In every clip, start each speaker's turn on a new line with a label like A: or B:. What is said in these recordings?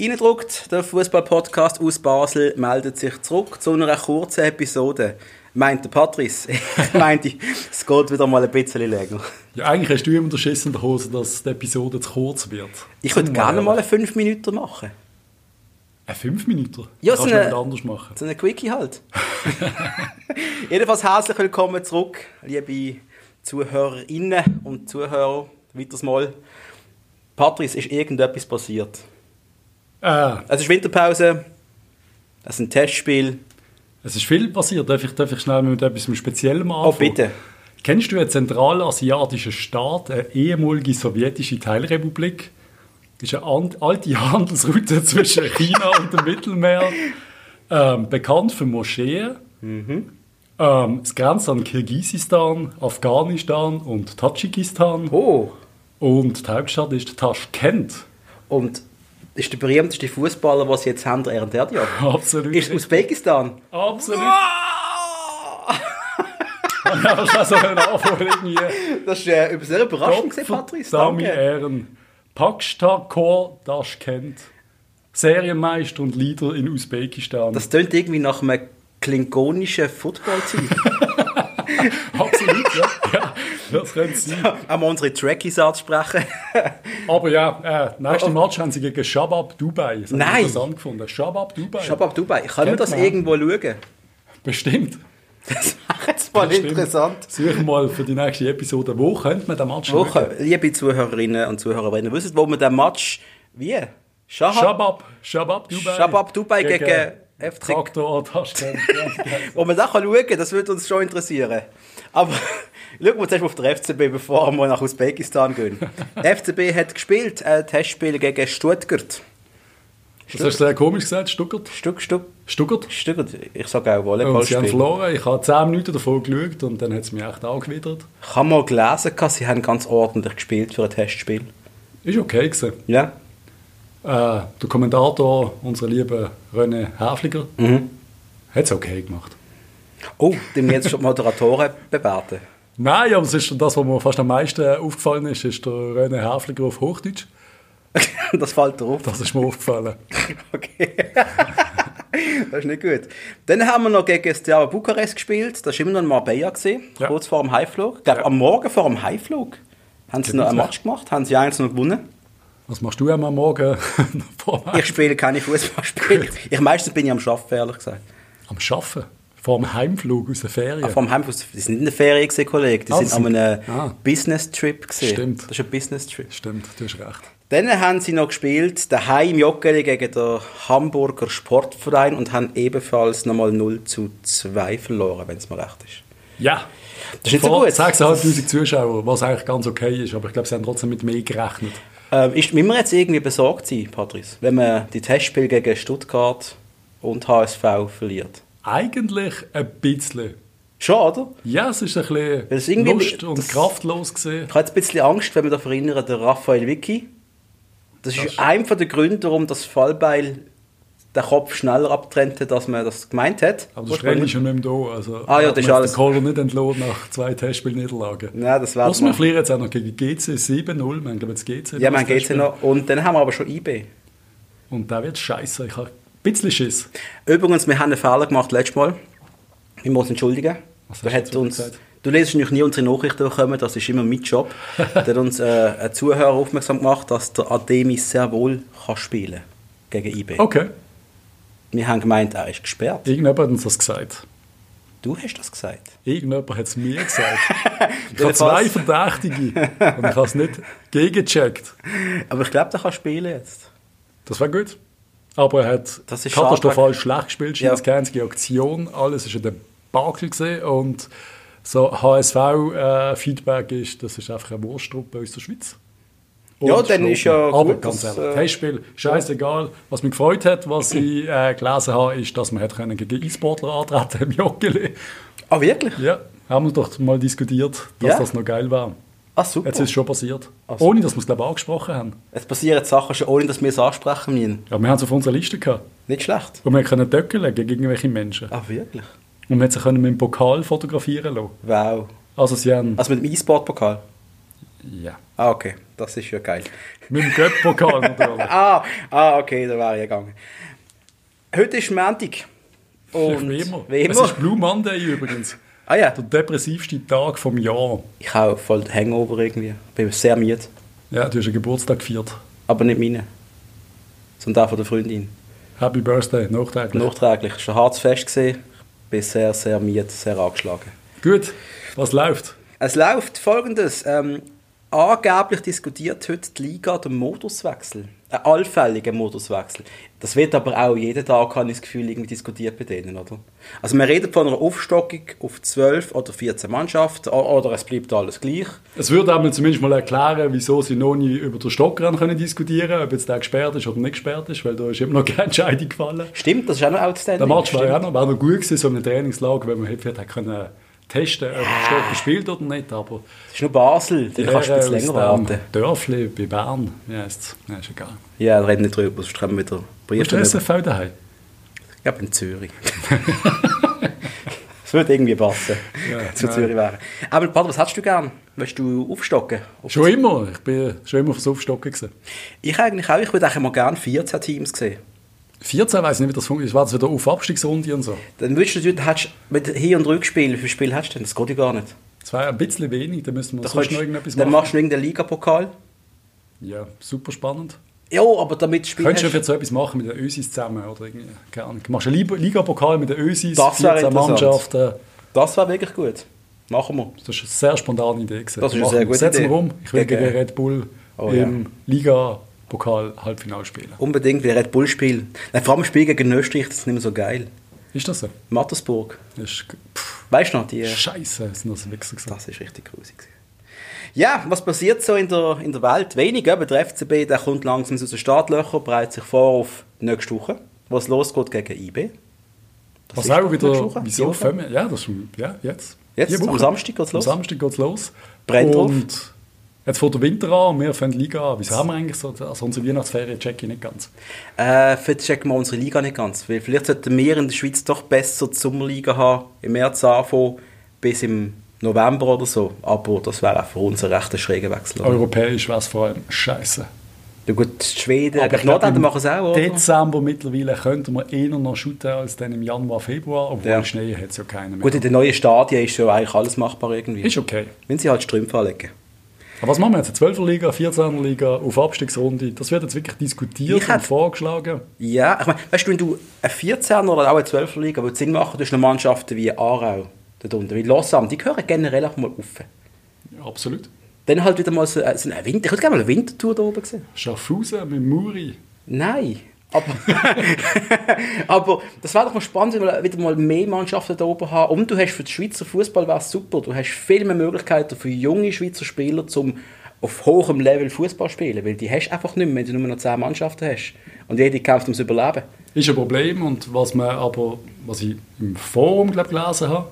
A: Eindruckt, der Fußball-Podcast aus Basel meldet sich zurück zu einer kurzen Episode. Meint der Patrice. Ich meinte, es geht wieder mal ein bisschen länger.
B: Ja, eigentlich hast du immer den Schiss in der Hose, dass die Episode zu kurz wird. Äh,
A: Ich würde gerne mal eine 5 Minuten machen.
B: Eine 5 Minuten?
A: Ja,
B: Kannst
A: so
B: du
A: eine-
B: nicht anders machen.
A: So eine Quickie halt. Jedenfalls herzlich willkommen zurück, liebe Zuhörerinnen und Zuhörer. Weiters mal. Patrice, ist irgendetwas passiert?
B: Äh,
A: Es ist Winterpause, es ist ein Testspiel.
B: es ist viel passiert. Darf ich, darf ich schnell mit etwas Speziellem anfangen?
A: Oh, bitte.
B: Kennst du einen zentralasiatischen Staat, eine ehemalige sowjetische Teilrepublik? Das ist eine an- alte Handelsroute zwischen China und dem Mittelmeer. Ähm, bekannt für Moscheen.
A: Mhm.
B: Ähm, es grenzt an Kirgisistan, Afghanistan und Tadschikistan.
A: Oh,
B: Und die Hauptstadt ist Taschkent.
A: und ist der berühmteste Fußballer, was jetzt haben, der Erdiab?
B: Absolut.
A: Ist Usbekistan?
B: Absolut. Ja, das ist also so ein Anfang irgendwie.
A: Das ist äh, übrigens sehr überraschend, gewesen, Patrice.
B: Dami
A: Danke.
B: Ehren. Pakshtakor Taschkent. Serienmeister und Leader in Usbekistan.
A: Das tönt irgendwie nach einem klingonischen Football-Team.
B: Absolut, ja. ja. Das könnte es sein.
A: Auch mal unsere Trackies ansprechen.
B: Aber ja, äh, nächste Match haben sie gegen Shabab Dubai. Das hab ich
A: Nein.
B: Interessant gefunden. Shabab Dubai.
A: Shabab Dubai, kann man
B: Kennt
A: das
B: man.
A: irgendwo schauen?
B: Bestimmt.
A: Das wäre jetzt mal
B: Bestimmt.
A: interessant.
B: Suchen mal für die nächste Episode. Wo könnte man den Match schauen?
A: Woche, liebe Zuhörerinnen und Zuhörer, wenn ihr wisst, wo man den Match, wie? Shahab,
B: Shabab, Shabab Dubai.
A: Shabab Dubai gegen FC.
B: Traktor Taschkent. Ja,
A: wo man da kann schauen kann, das würde uns schon interessieren. Aber schauen wir zuerst mal auf den FCB, bevor wir nach Usbekistan gehen. der FCB hat gespielt, ein Testspiel gegen Stuttgart.
B: Das hast du sehr komisch gesagt, Stuttgart.
A: Stück, Stück,
B: Stuttgart.
A: Stuttgart, ich sage auch
B: Und Oh, sie haben
A: Volleyballspiel.
B: verloren. Ich habe 10 Minuten davon geschaut und dann hat es mich echt angewidert.
A: Ich habe mal gelesen, gehabt, sie haben ganz ordentlich gespielt für ein Testspiel.
B: Ist okay gewesen.
A: Ja?
B: Äh, der Kommentator, unser lieber René Häfliger,
A: Mhm.
B: hat es okay gemacht.
A: Oh, dem jetzt schon die Moderatoren bewerten.
B: Nein, aber es ist das, was mir fast am meisten aufgefallen ist, ist der René Häfliger auf Hochdeutsch.
A: Das fällt drauf.
B: Das ist mir aufgefallen.
A: Okay. das ist nicht gut. Dann haben wir noch gegen Steaua Bukarest gespielt. Da war immer noch in Marbella, gewesen,
B: Ja.
A: kurz vor dem Heimflug. Ich glaube, am Morgen vor dem Heimflug haben sie noch einen
B: Genau.
A: Match gemacht, haben sie 1 noch gewonnen.
B: Was machst du am Morgen vor dem-
A: Ich spiele keine Fußballspiele. Ich meistens bin ich am Schaffen, ehrlich gesagt.
B: am Arbeiten? Vor dem Heimflug aus der Ferien?
A: Vor dem Heimflug, die sind nicht in der Ferien, gewesen, Kollege. Die
B: Ah,
A: sind
B: sie
A: an
B: sind-
A: einem
B: Ah.
A: Business-Trip. gewesen.
B: Stimmt.
A: Das ist ein Business-Trip.
B: Stimmt, du hast recht.
A: Dann haben sie noch gespielt, daheim im Joggeli gegen den Hamburger Sportverein und haben ebenfalls nochmal 0 zu 2 verloren, wenn es mir recht ist.
B: Ja.
A: Das ist nicht so
B: Vor
A: gut.
B: 6'500 Zuschauer, was eigentlich ganz okay ist, aber ich glaube, sie haben trotzdem mit mehr gerechnet.
A: Ähm, ist, müssen wir jetzt irgendwie besorgt sein, Patrice, wenn man die Testspiele gegen Stuttgart und HSV verliert?
B: Eigentlich ein bisschen.
A: Schon, oder?
B: Ja, es ist ein bisschen
A: es irgendwie-
B: lust- und
A: das-
B: kraftlos gesehen.
A: Ich habe jetzt ein bisschen Angst, wenn wir da erinnern, der Raphael Vicky. Das ist
B: Das-
A: einer der Gründe, warum das Fallbeil den Kopf schneller abtrennte, als man das gemeint hat.
B: Aber der Strell ist schon nicht mehr da. Also
A: ne? Ah ja, das
B: hat man
A: ist
B: jetzt
A: alles-
B: Den Kohler nicht entlohnt nach zwei Testspielniederlagen.
A: Nein, das werden
B: Ausser wir
A: wir.
B: verlieren jetzt auch noch gegen GC 7-0. Wir haben, glaube ich, jetzt GC.
A: genau. Ja,
B: noch
A: man geht
B: das
A: ja
B: Testspiel.
A: noch. Und dann haben wir aber schon IB.
B: Und der wird scheiße. Ich habe ein bisschen Schiss.
A: Übrigens, wir haben einen Fehler gemacht letztes Mal. Wir müssen uns entschuldigen.
B: hast
A: Du,
B: du
A: hat
B: jetzt
A: uns,
B: gesagt?
A: du lesest natürlich nie unsere Nachrichten bekommen, das ist immer mein Job. da hat uns äh, ein Zuhörer aufmerksam gemacht, dass der Ademi sehr wohl kann spielen gegen IB.
B: Okay.
A: Wir haben gemeint, er ist gesperrt.
B: Irgendjemand hat uns das gesagt.
A: Du hast das gesagt.
B: Irgendjemand hat es mir gesagt. ich habe
A: Jedenfalls-
B: zwei Verdächtige und ich habe es nicht gegengecheckt.
A: Aber ich glaube, der kann spielen jetzt.
B: Das war gut. Aber er hat
A: Das ist
B: katastrophal schlecht gespielt,
A: Ja.
B: scheint keine einzige Aktion. Alles war ein Debakel. gewesen. Und so HSV-Feedback äh, ist, das ist einfach eine Wursttruppe aus der Schweiz.
A: Ja,
B: Und
A: dann ist ja
B: Aber
A: gut,
B: ganz
A: dass,
B: ehrlich,
A: äh,
B: Testspiel, scheißegal. Was mich gefreut hat, was ich äh, gelesen habe, ist, dass man hat können gegen E-Sportler antreten im Joggeli.
A: Ah, wirklich?
B: Ja, haben wir doch mal diskutiert, dass
A: Ja.
B: das noch geil war.
A: Ah, super.
B: Jetzt ist es schon passiert.
A: Also.
B: Ohne, dass wir es, glaube ich, angesprochen haben.
A: Jetzt passieren Sachen schon, ohne dass wir es ansprechen müssen.
B: Aber wir haben es auf unserer Liste gehabt.
A: Nicht schlecht.
B: Und wir können töckeln gegen irgendwelche Menschen.
A: Ah, wirklich?
B: Und wir können mit dem Pokal fotografieren lassen.
A: Wow.
B: Also sie haben...
A: Also mit dem E-Sport-Pokal?
B: Ja.
A: Ah, okay. das ist ja geil.
B: Mit dem Göpp-Pokal natürlich.
A: Ah, ah, okay, da wäre ich gegangen. Heute ist Montag. Und
B: wie immer.
A: Wie
B: Es
A: immer.
B: ist Blue Monday übrigens.
A: Ah ja,
B: Der depressivste Tag vom Jahr.
A: ich habe voll den Hangover irgendwie. Bin sehr müde.
B: Ja, du hast einen Geburtstag gefeiert.
A: Aber nicht meine. Sondern der von der Freundin.
B: Happy Birthday, nachträglich.
A: Nachträglich. Es war ein hartes Fest. gewesen. Ich bin sehr, sehr müde, sehr angeschlagen.
B: Gut, was läuft?
A: Es läuft folgendes. Ähm, angeblich diskutiert heute die Liga den Moduswechsel. Einen allfälligen Moduswechsel. Das wird aber auch jeden Tag, habe ich das Gefühl, irgendwie diskutiert bei denen, oder? Also man redet von einer Aufstockung auf 12 oder 14 Mannschaften, o- oder es bleibt alles gleich.
B: Es würde einem zumindest mal erklären, wieso sie noch nie über den Stockrand können diskutieren ob jetzt der gesperrt ist oder nicht gesperrt ist, weil da ist immer noch keine Entscheidung gefallen.
A: Stimmt, das ist auch noch
B: Der
A: outstanding.
B: Match war
A: Stimmt.
B: ja auch noch, wäre noch gut gewesen, so eine Trainingslage, wenn man hätte vielleicht hätte können testen ob der Stock gespielt oder nicht, aber
A: Es ist nur Basel, dann kannst du jetzt länger warten.
B: Dörfli bei Bern, ja, ist, ja, ist egal.
A: Ja, reden nicht drüber, sonst kommen wir wieder Briefe
B: Ist der
A: drüber.
B: SFV daheim?
A: Ich glaube in Zürich. Es würde irgendwie passen,
B: Ja,
A: zu
B: nein.
A: Zürich wäre. Aber Pater, was hättest du gern? Willst du aufstocken? Auf-
B: Schon immer, ich bin schon immer aufs Aufstocken gewesen.
A: Ich eigentlich auch. Ich würde eigentlich mal gerne 14 Teams sehen.
B: 14 weiß ich nicht, wie das funktioniert, war das wieder auf Abstiegsrunde und so.
A: Dann würdest du natürlich, hast, mit Hin- und Rückspiel, wie viele Spiele hast du denn? Das geht ja gar nicht.
B: Das wäre ein bisschen wenig, da müssen wir
A: Da
B: sonst
A: kannst-
B: noch irgendetwas
A: dann
B: machen.
A: machst du irgendeinen Ligapokal.
B: ja, super spannend.
A: Ja, aber damit Spiel
B: Könntest du
A: hast-
B: für so etwas machen mit den Ösis zusammen oder irgendwie, keine Ahnung. Machst du einen Liga- Ligapokal mit den Ösis,
A: Das wäre interessant.
B: Mannschaften.
A: Das wäre wirklich gut. Machen wir.
B: Das ist eine sehr spontane Idee. Gewesen.
A: Das ist eine
B: Machen
A: sehr
B: wir.
A: gute
B: Setzen
A: Idee.
B: wir um. Ich will
A: Gegen-
B: gegen Red Bull
A: Oh,
B: im Ligapokal Halbfinale spielen.
A: Unbedingt wie ein Red Bull-Spiel. Nein, Vor allem Spiel gegen Österreich, das ist nicht mehr so geil.
B: Ist das so?
A: Mattersburg.
B: Das ist, pff,
A: Weißt du noch, die.
B: Scheiße, sind das Wichser gewesen.
A: Das ist richtig grusig. gewesen. Ja, was passiert so in der, in der Welt? Wenig, aber der FCB der kommt langsam aus den Startlöchern, bereitet sich vor auf nächste Woche, wo es losgeht gegen IB. Das
B: Was
A: ist
B: auch
A: doch
B: wieder,
A: nächste Woche, die
B: wieso
A: Woche.
B: fangen wir? Ja, das ist, ja, jetzt.
A: Jetzt,
B: Die
A: am
B: Woche.
A: Samstag geht's los.
B: Am Samstag geht's los.
A: Brennt drauf.
B: Und jetzt fängt der Winter an und wir fangen Liga an. Wieso haben wir eigentlich so, also unsere Weihnachtsferien checke ich nicht ganz.
A: Äh, für das checken wir unsere Liga nicht ganz. Weil vielleicht sollten wir in der Schweiz doch besser die Sommerliga haben, im März anfangen, bis im November oder so. Aber das wäre auch für uns ein rechter schräger Wechsel. oder?
B: Europäisch wäre es vor allem scheiße.
A: Ja gut, die Schweden,
B: Aber
A: aber
B: ich glaub,
A: Nordländer
B: im
A: machen es auch, oder?
B: Dezember mittlerweile könnten wir eher noch shooten als dann im Januar, Februar, obwohl
A: Ja.
B: Schnee hat es ja keinen mehr.
A: Gut, in den neuen Stadien ist ja eigentlich alles machbar irgendwie.
B: Ist okay.
A: Wenn sie halt Strümpfe anlegen.
B: Aber was machen wir jetzt? 12er Liga, 14er Liga, auf Abstiegsrunde? Das wird jetzt wirklich diskutiert
A: Ich
B: und
A: hätte-
B: vorgeschlagen.
A: Ja, ich meine, weißt du, wenn du eine 14er oder auch eine 12er Liga willst Sinn machen, du hast noch Mannschaften wie Aarau dort unten, wie Lausanne, die gehören generell auch mal auf.
B: Ja, absolut.
A: Dann halt wieder mal so, äh, so eine Winter, ich würde gerne mal eine Wintertour da oben sehen.
B: Schaffhausen mit Muri.
A: Nein, aber, aber das wäre doch mal spannend, wenn wir wieder mal mehr Mannschaften da oben haben. Und du hast für den Schweizer Fußball wär's super, du hast viel mehr Möglichkeiten für junge Schweizer Spieler, zum auf hohem Level Fußball zu spielen, weil die hast du einfach nicht mehr, wenn du nur noch 10 Mannschaften hast. Und jede kämpft ums Überleben.
B: Ist ein Problem und was man aber, was ich im Forum glaub, gelesen habe,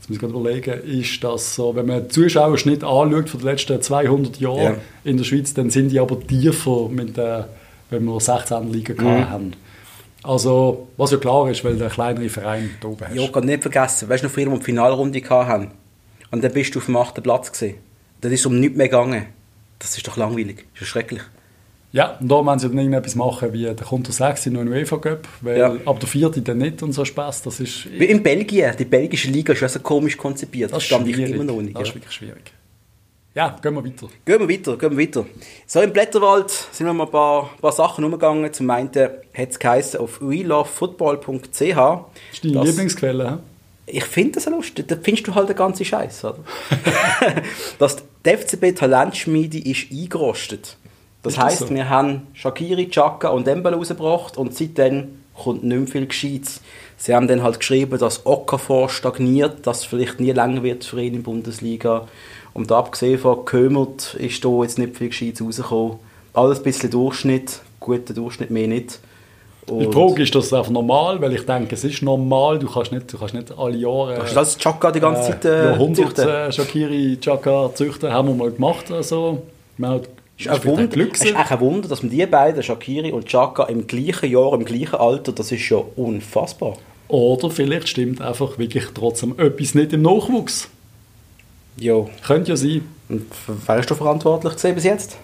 B: jetzt muss ich gerade überlegen, ist, dass so, wenn man den Zuschauerschnitt anschaut von den letzten 200 Jahren
A: Ja.
B: in der Schweiz, dann sind die aber tiefer, mit der, wenn wir 16
A: Mhm.
B: Ligen gehabt haben. Also, was ja klar ist, weil der kleinere Verein da oben hast.
A: Ja, kann nicht vergessen. Weißt du noch, früher, wo wir die Finalrunde hatten? Und dann bist du auf dem achten Platz. Gewesen. Dann ist es um nichts mehr gegangen. Das ist doch langweilig. Das ist schrecklich.
B: Ja, und da müssen sie dann irgendetwas machen, wie der kommt der 6 in den UEFA Cup, weil
A: Ja.
B: ab der 4. dann nicht und so Spaß. Das ist,
A: Wie in Belgien. Die belgische Liga ist ja so komisch konzipiert. Das,
B: das ist
A: stand ich
B: schwierig.
A: immer noch nicht.
B: das
A: Ja.
B: ist wirklich schwierig. Ja, gehen wir weiter.
A: Gehen wir weiter, gehen wir weiter. So, im Blätterwald sind wir mal ein paar, paar Sachen umgegangen. Zum einen hat es geheißen auf welovefootball.ch.
B: Das ist deine
A: dass-
B: Lieblingsquelle, hä?
A: Ich finde das ja lustig. Da findest du halt den ganzen Scheiß, oder? dass die FCB Talentschmiede ist eingerostet. Das
B: Ist das
A: heisst,
B: so?
A: wir haben Shakiri, Chaka und Dembele rausgebracht und seitdem kommt nicht mehr viel Gescheites. Sie haben dann halt geschrieben, dass Okafor stagniert, dass es vielleicht nie länger wird für ihn in der Bundesliga. Und abgesehen von Kömert ist da jetzt nicht viel Gescheites rausgekommen. Alles ein bisschen Durchschnitt, guter Durchschnitt mehr nicht.
B: Die
A: Und-
B: Frage ist, das einfach normal, weil ich denke, es ist normal, du kannst nicht, du kannst nicht alle Jahre
A: Hast du das Chaka die ganze Zeit äh,
B: Jahrhundert
A: züchten?
B: äh, Shakiri, Chaka züchten, haben wir mal gemacht. Also, wir haben-
A: Ist ein
B: vielleicht
A: Wunder,
B: Glück
A: es ist
B: gewesen.
A: echt ein Wunder, dass man die beiden, Shakiri und Chaka, im gleichen Jahr, im gleichen Alter, das ist ja unfassbar.
B: Oder vielleicht stimmt einfach wirklich trotzdem etwas nicht im Nachwuchs.
A: Jo.
B: Könnte ja sein.
A: Und f- wer ist da verantwortlich gesehen bis jetzt?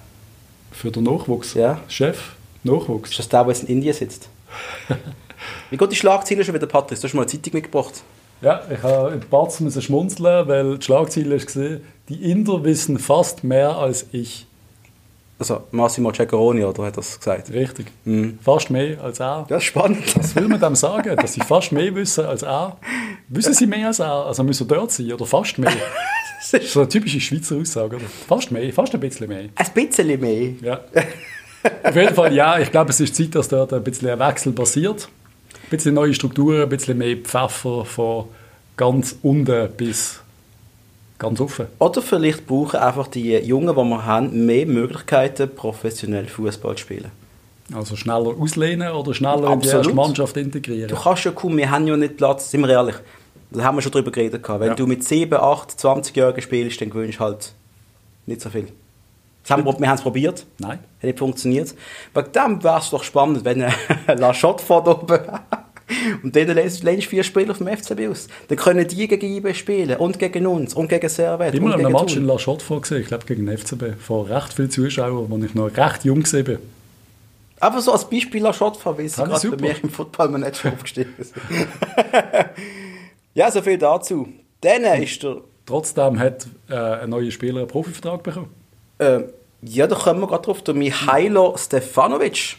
B: für den Nachwuchs.
A: Ja.
B: Chef, Nachwuchs.
A: Ist das der, der jetzt in Indien sitzt? Wie gut die Schlagzeilen schon wieder, Patrick? Du hast mal eine Zeitung mitgebracht.
B: Ja, ich habe im Batz müssen schmunzeln, weil die Schlagzeile ist gesehen, die Inder wissen fast mehr als ich.
A: Also Massimo Ceccaroni, oder hat das gesagt?
B: Richtig.
A: Mhm.
B: Fast mehr als er.
A: Das ist spannend.
B: Was will man dem sagen? Dass sie fast mehr wissen als er? Wissen sie mehr als er? Also müssen sie dort sein oder fast mehr?
A: Das
B: Das ist
A: ist
B: so eine typische Schweizer Aussage, oder? Fast mehr, fast ein bisschen mehr.
A: ein bisschen mehr.
B: Ja. Auf jeden Fall, ja, ich glaube, es ist Zeit, dass dort ein bisschen ein Wechsel passiert. Ein bisschen neue Strukturen, ein bisschen mehr Pfeffer von ganz unten bis ganz offen.
A: Oder vielleicht brauchen einfach die Jungen, die wir haben, mehr Möglichkeiten, professionell Fußball zu spielen.
B: Also schneller auslehnen oder schneller in die
A: Absolut.
B: erste Mannschaft
A: Du
B: integrieren.
A: kannst ja kaum, wir haben ja nicht Platz, sind wir ehrlich. Da haben wir schon drüber geredet. gehabt. Wenn
B: Ja.
A: du mit 7, 8, 20 Jahren spielst, dann gewöhnst du halt nicht so viel. Das haben wir wir haben es probiert.
B: Nein.
A: Hat nicht funktioniert. Wegen dem wäre es doch spannend, wenn äh, La Schott fährt oben und dann lässt lässt vier Spieler vom FCB aus. Dann können die gegen IB spielen und gegen uns und gegen Servet
B: Ich bin
A: und
B: mal in
A: gegen
B: einem Match
A: Thun.
B: in La Chotte vor, gewesen, ich glaube gegen den FCB, vor recht vielen Zuschauern, als ich noch recht jung war.
A: Einfach so als Beispiel La Schott verwiesen,
B: Ah,
A: gerade
B: super.
A: bei mir im Football-Manager aufgestiegen ist. ja, so viel dazu. Dann ist der...
B: Trotzdem hat äh, ein neuer Spieler einen Profivertrag bekommen.
A: Äh, ja, da kommen wir gerade drauf. Der Mihailo Stefanovic.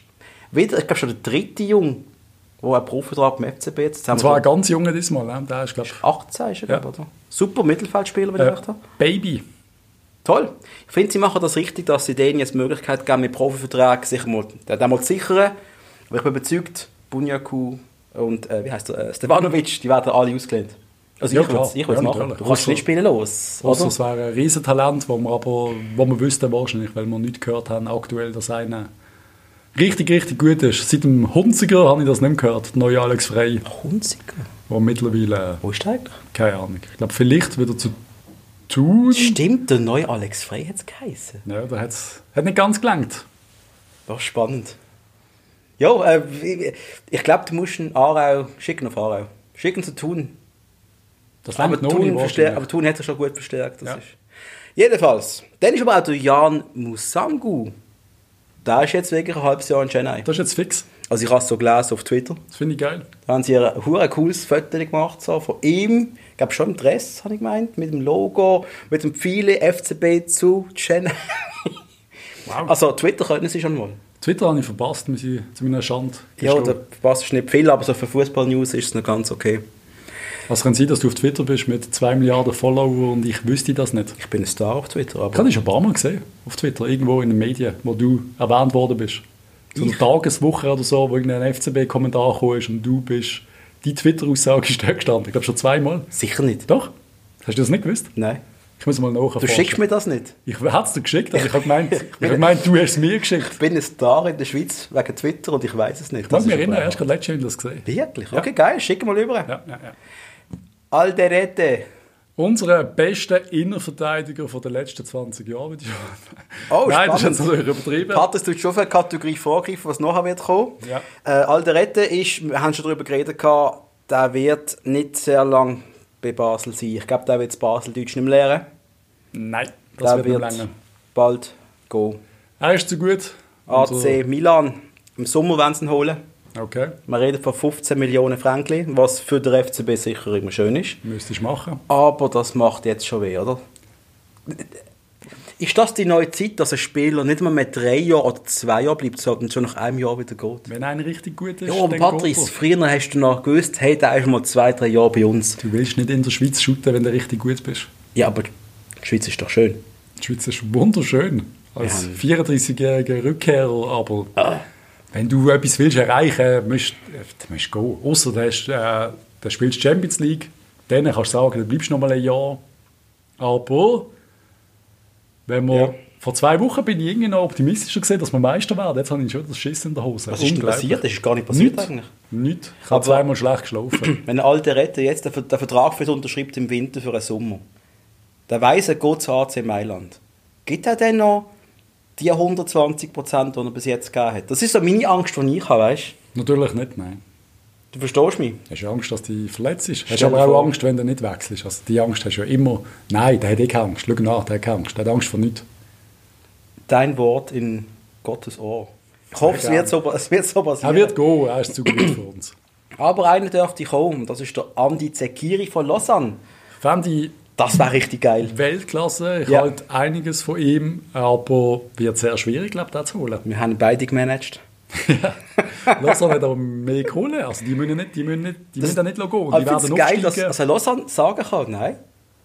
A: Wieder, ich glaube schon der dritte Jung, der einen Profivertrag beim FCB jetzt...
B: Und zwar ein ganz junger diesmal, ne? der ist, glaube ich,
A: 18 ist er, glaub
B: Ja.
A: ich, oder? Super Mittelfeldspieler, wenn ich
B: äh,
A: recht habe.
B: Baby.
A: Toll. Ich finde, sie machen das richtig, dass sie denen jetzt die Möglichkeit geben, mit Profiverträgen sich mal, den mal zu sichern. Aber ich bin überzeugt, Bunyaku und äh, wie heißt der, äh, Stevanovic, die werden alle ausgelehnt. Also
B: Ja,
A: ich würde
B: klar.
A: es ich würd's
B: Ja,
A: machen.
B: natürlich.
A: Du kannst
B: Ausser-
A: nicht spielen los,
B: Also
A: oder?
B: es wäre ein Riesentalent, wo wir aber wo wir wüssten wahrscheinlich, weil wir nicht gehört haben aktuell, dass einer richtig, richtig gut ist. Seit dem Hunziger habe ich das nicht mehr gehört, der neue Alex Frey,
A: Hunziker.
B: der mittlerweile, äh,
A: Wo ist der eigentlich?
B: keine Ahnung, ich glaube vielleicht wieder zu tun.
A: Stimmt, der neue Alex Frey hat es geheißen.
B: Ja, da hat's, hat nicht ganz gelangt.
A: Doch, spannend. Ja, äh, ich- ich glaube, du musst einen Aarau schicken auf Aarau. Schicken zu tun.
B: Das
A: Aber
B: langt noch
A: Thun,
B: nicht
A: verstär- aber
B: wahrscheinlich.
A: Thun hat sich schon gut verstärkt. Das
B: Ja.
A: ist. Jedenfalls, dann ist aber auch der Jan Musangu. Der ist jetzt wirklich ein halbes Jahr in Chennai.
B: Das ist jetzt fix.
A: Also ich habe es so gelesen auf Twitter.
B: Das finde ich geil.
A: Da haben sie ein hure cooles Foto gemacht so, von ihm. Ich glaube schon im Dress, habe ich gemeint. Mit dem Logo, mit dem Pfeile FCB zu Chennai.
B: Wow.
A: Also Twitter können sie schon mal.
B: Twitter habe ich verpasst, muss ich zu meiner Schande
A: Ja,
B: gestehen.
A: da passt es nicht viel, aber so für Fußball-News ist es noch ganz okay.
B: Was Also, kann sein, dass du auf Twitter bist mit 2 Milliarden Follower und ich wüsste das nicht?
A: Ich bin ein Star auf Twitter,
B: Ich habe
A: aber
B: dich schon ein paar Mal gesehen auf Twitter, irgendwo in den Medien, wo du erwähnt worden bist. So eine Tageswoche oder so, wo irgendein FCB-Kommentar gekommen ist und du bist. Die Twitter-Aussage ist da gestanden. Ich glaube schon zweimal.
A: sicher nicht.
B: Doch? Hast du das nicht gewusst?
A: Nein.
B: Ich muss mal nachher.
A: Du schickst mir das nicht.
B: Ich hätte es dir geschickt, aber ich habe gemeint, ich habe gemeint, du hast es mir geschickt.
A: Ich bin ein Star in der Schweiz wegen Twitter und ich weiß es nicht.
B: Ich mag mich
A: ist
B: erinnern,
A: ein
B: erst gerade letztes Jahr habe ich das gesehen.
A: Problem. Wirklich? Okay, geil, schick mal rüber.
B: Ja, ja, ja.
A: Alderete.
B: Unser bester Innenverteidiger von den letzten 20 Jahren, würde ich sagen.
A: Oh,
B: Nein, das ist
A: spannend.
B: jetzt natürlich übertrieben.
A: Hattest du schon für eine Kategorie vorgegriffen, was nachher wird kommen?
B: Ja.
A: Äh, Alderete ist, wir haben schon darüber geredet, gehabt, der wird nicht sehr lang bei Basel sein. Ich glaube, der wird das Baseldeutsch nicht mehr lernen.
B: Nein, das
A: der
B: wird nicht länger.
A: bald gehen.
B: Er ist zu gut.
A: AC
B: Unser-
A: Milan, im Sommer werden sie ihn holen.
B: Also, Okay,
A: Wir reden von 15 Millionen Franken, was für den FCB sicher immer schön ist.
B: müsstest du machen.
A: Aber das macht jetzt schon weh, oder? Ist das die neue Zeit, dass ein Spieler nicht mal mehr drei Jahre oder zwei Jahre bleibt, sondern schon nach einem Jahr wieder geht?
B: Wenn einer richtig gut ist,
A: Ja, und
B: dann
A: Patrice,
B: geht er.
A: früher hast du noch gewusst, hey, der ist mal zwei, drei Jahre bei uns.
B: Du willst nicht in der Schweiz shooten, wenn du richtig gut bist.
A: Ja, aber die Schweiz ist doch schön.
B: Die Schweiz ist wunderschön. Als
A: Ja.
B: 34-jähriger Rückkehrer, aber wenn du etwas willst erreichen, musst äh, dann musst du gehen. Außer du hast, äh, dann spielst du Champions League, dann kannst du sagen, dann bleibst du noch mal ein Jahr. Aber wenn wir
A: Ja.
B: vor zwei Wochen bin ich irgendwie noch optimistischer gesehen, dass wir Meister werden. Jetzt habe ich schon das Schiss in der Hose.
A: Was ist denn
B: Unglaublich.
A: passiert? Das ist gar nicht passiert
B: Nichts.
A: eigentlich.
B: Nichts. Ich habe
A: Aber-
B: zweimal schlecht geschlafen.
A: Wenn ein alter Retter jetzt den Ver- den Vertrag für unterschreibt im Winter für einen Sommer, der weiss, er geht zu AC Mailand. Gibt er denn noch die 120 Prozent, die er bis jetzt gegeben hat? Das ist so meine Angst, die ich habe, weißt du?
B: Natürlich nicht, nein.
A: Du verstehst mich?
B: Hast du Angst, dass du dich verletzt ist?
A: Stell
B: Hast du aber
A: dir
B: auch
A: vor-
B: Angst, wenn du nicht wechselst? Also die Angst hast du ja immer. Nein, der hat eh keine Angst. Schau nach, der hat keine Angst. Der hat Angst vor nichts.
A: Dein Wort in Gottes Ohr. Ich hoffe, es
B: Sehr
A: wird, so, es wird so passieren.
B: Er wird gehen, er ist zu gut für uns.
A: Aber einer dürfte kommen, das ist der Andi Zekiri von Lausanne.
B: Fendi,
A: Das wäre richtig geil.
B: Weltklasse, ich
A: Ja.
B: halte einiges von ihm, aber wird sehr schwierig, glaube ich, den zu holen.
A: Wir haben beide gemanagt.
B: Lausanne hat aber mehr Kohle, also die müssen nicht, die müssen nicht, die müssen da nicht gehen.
A: Aber
B: Die
A: ich finde es
B: werden
A: geil, dass
B: aufsteigen.
A: also Lausanne sagen kann, nein,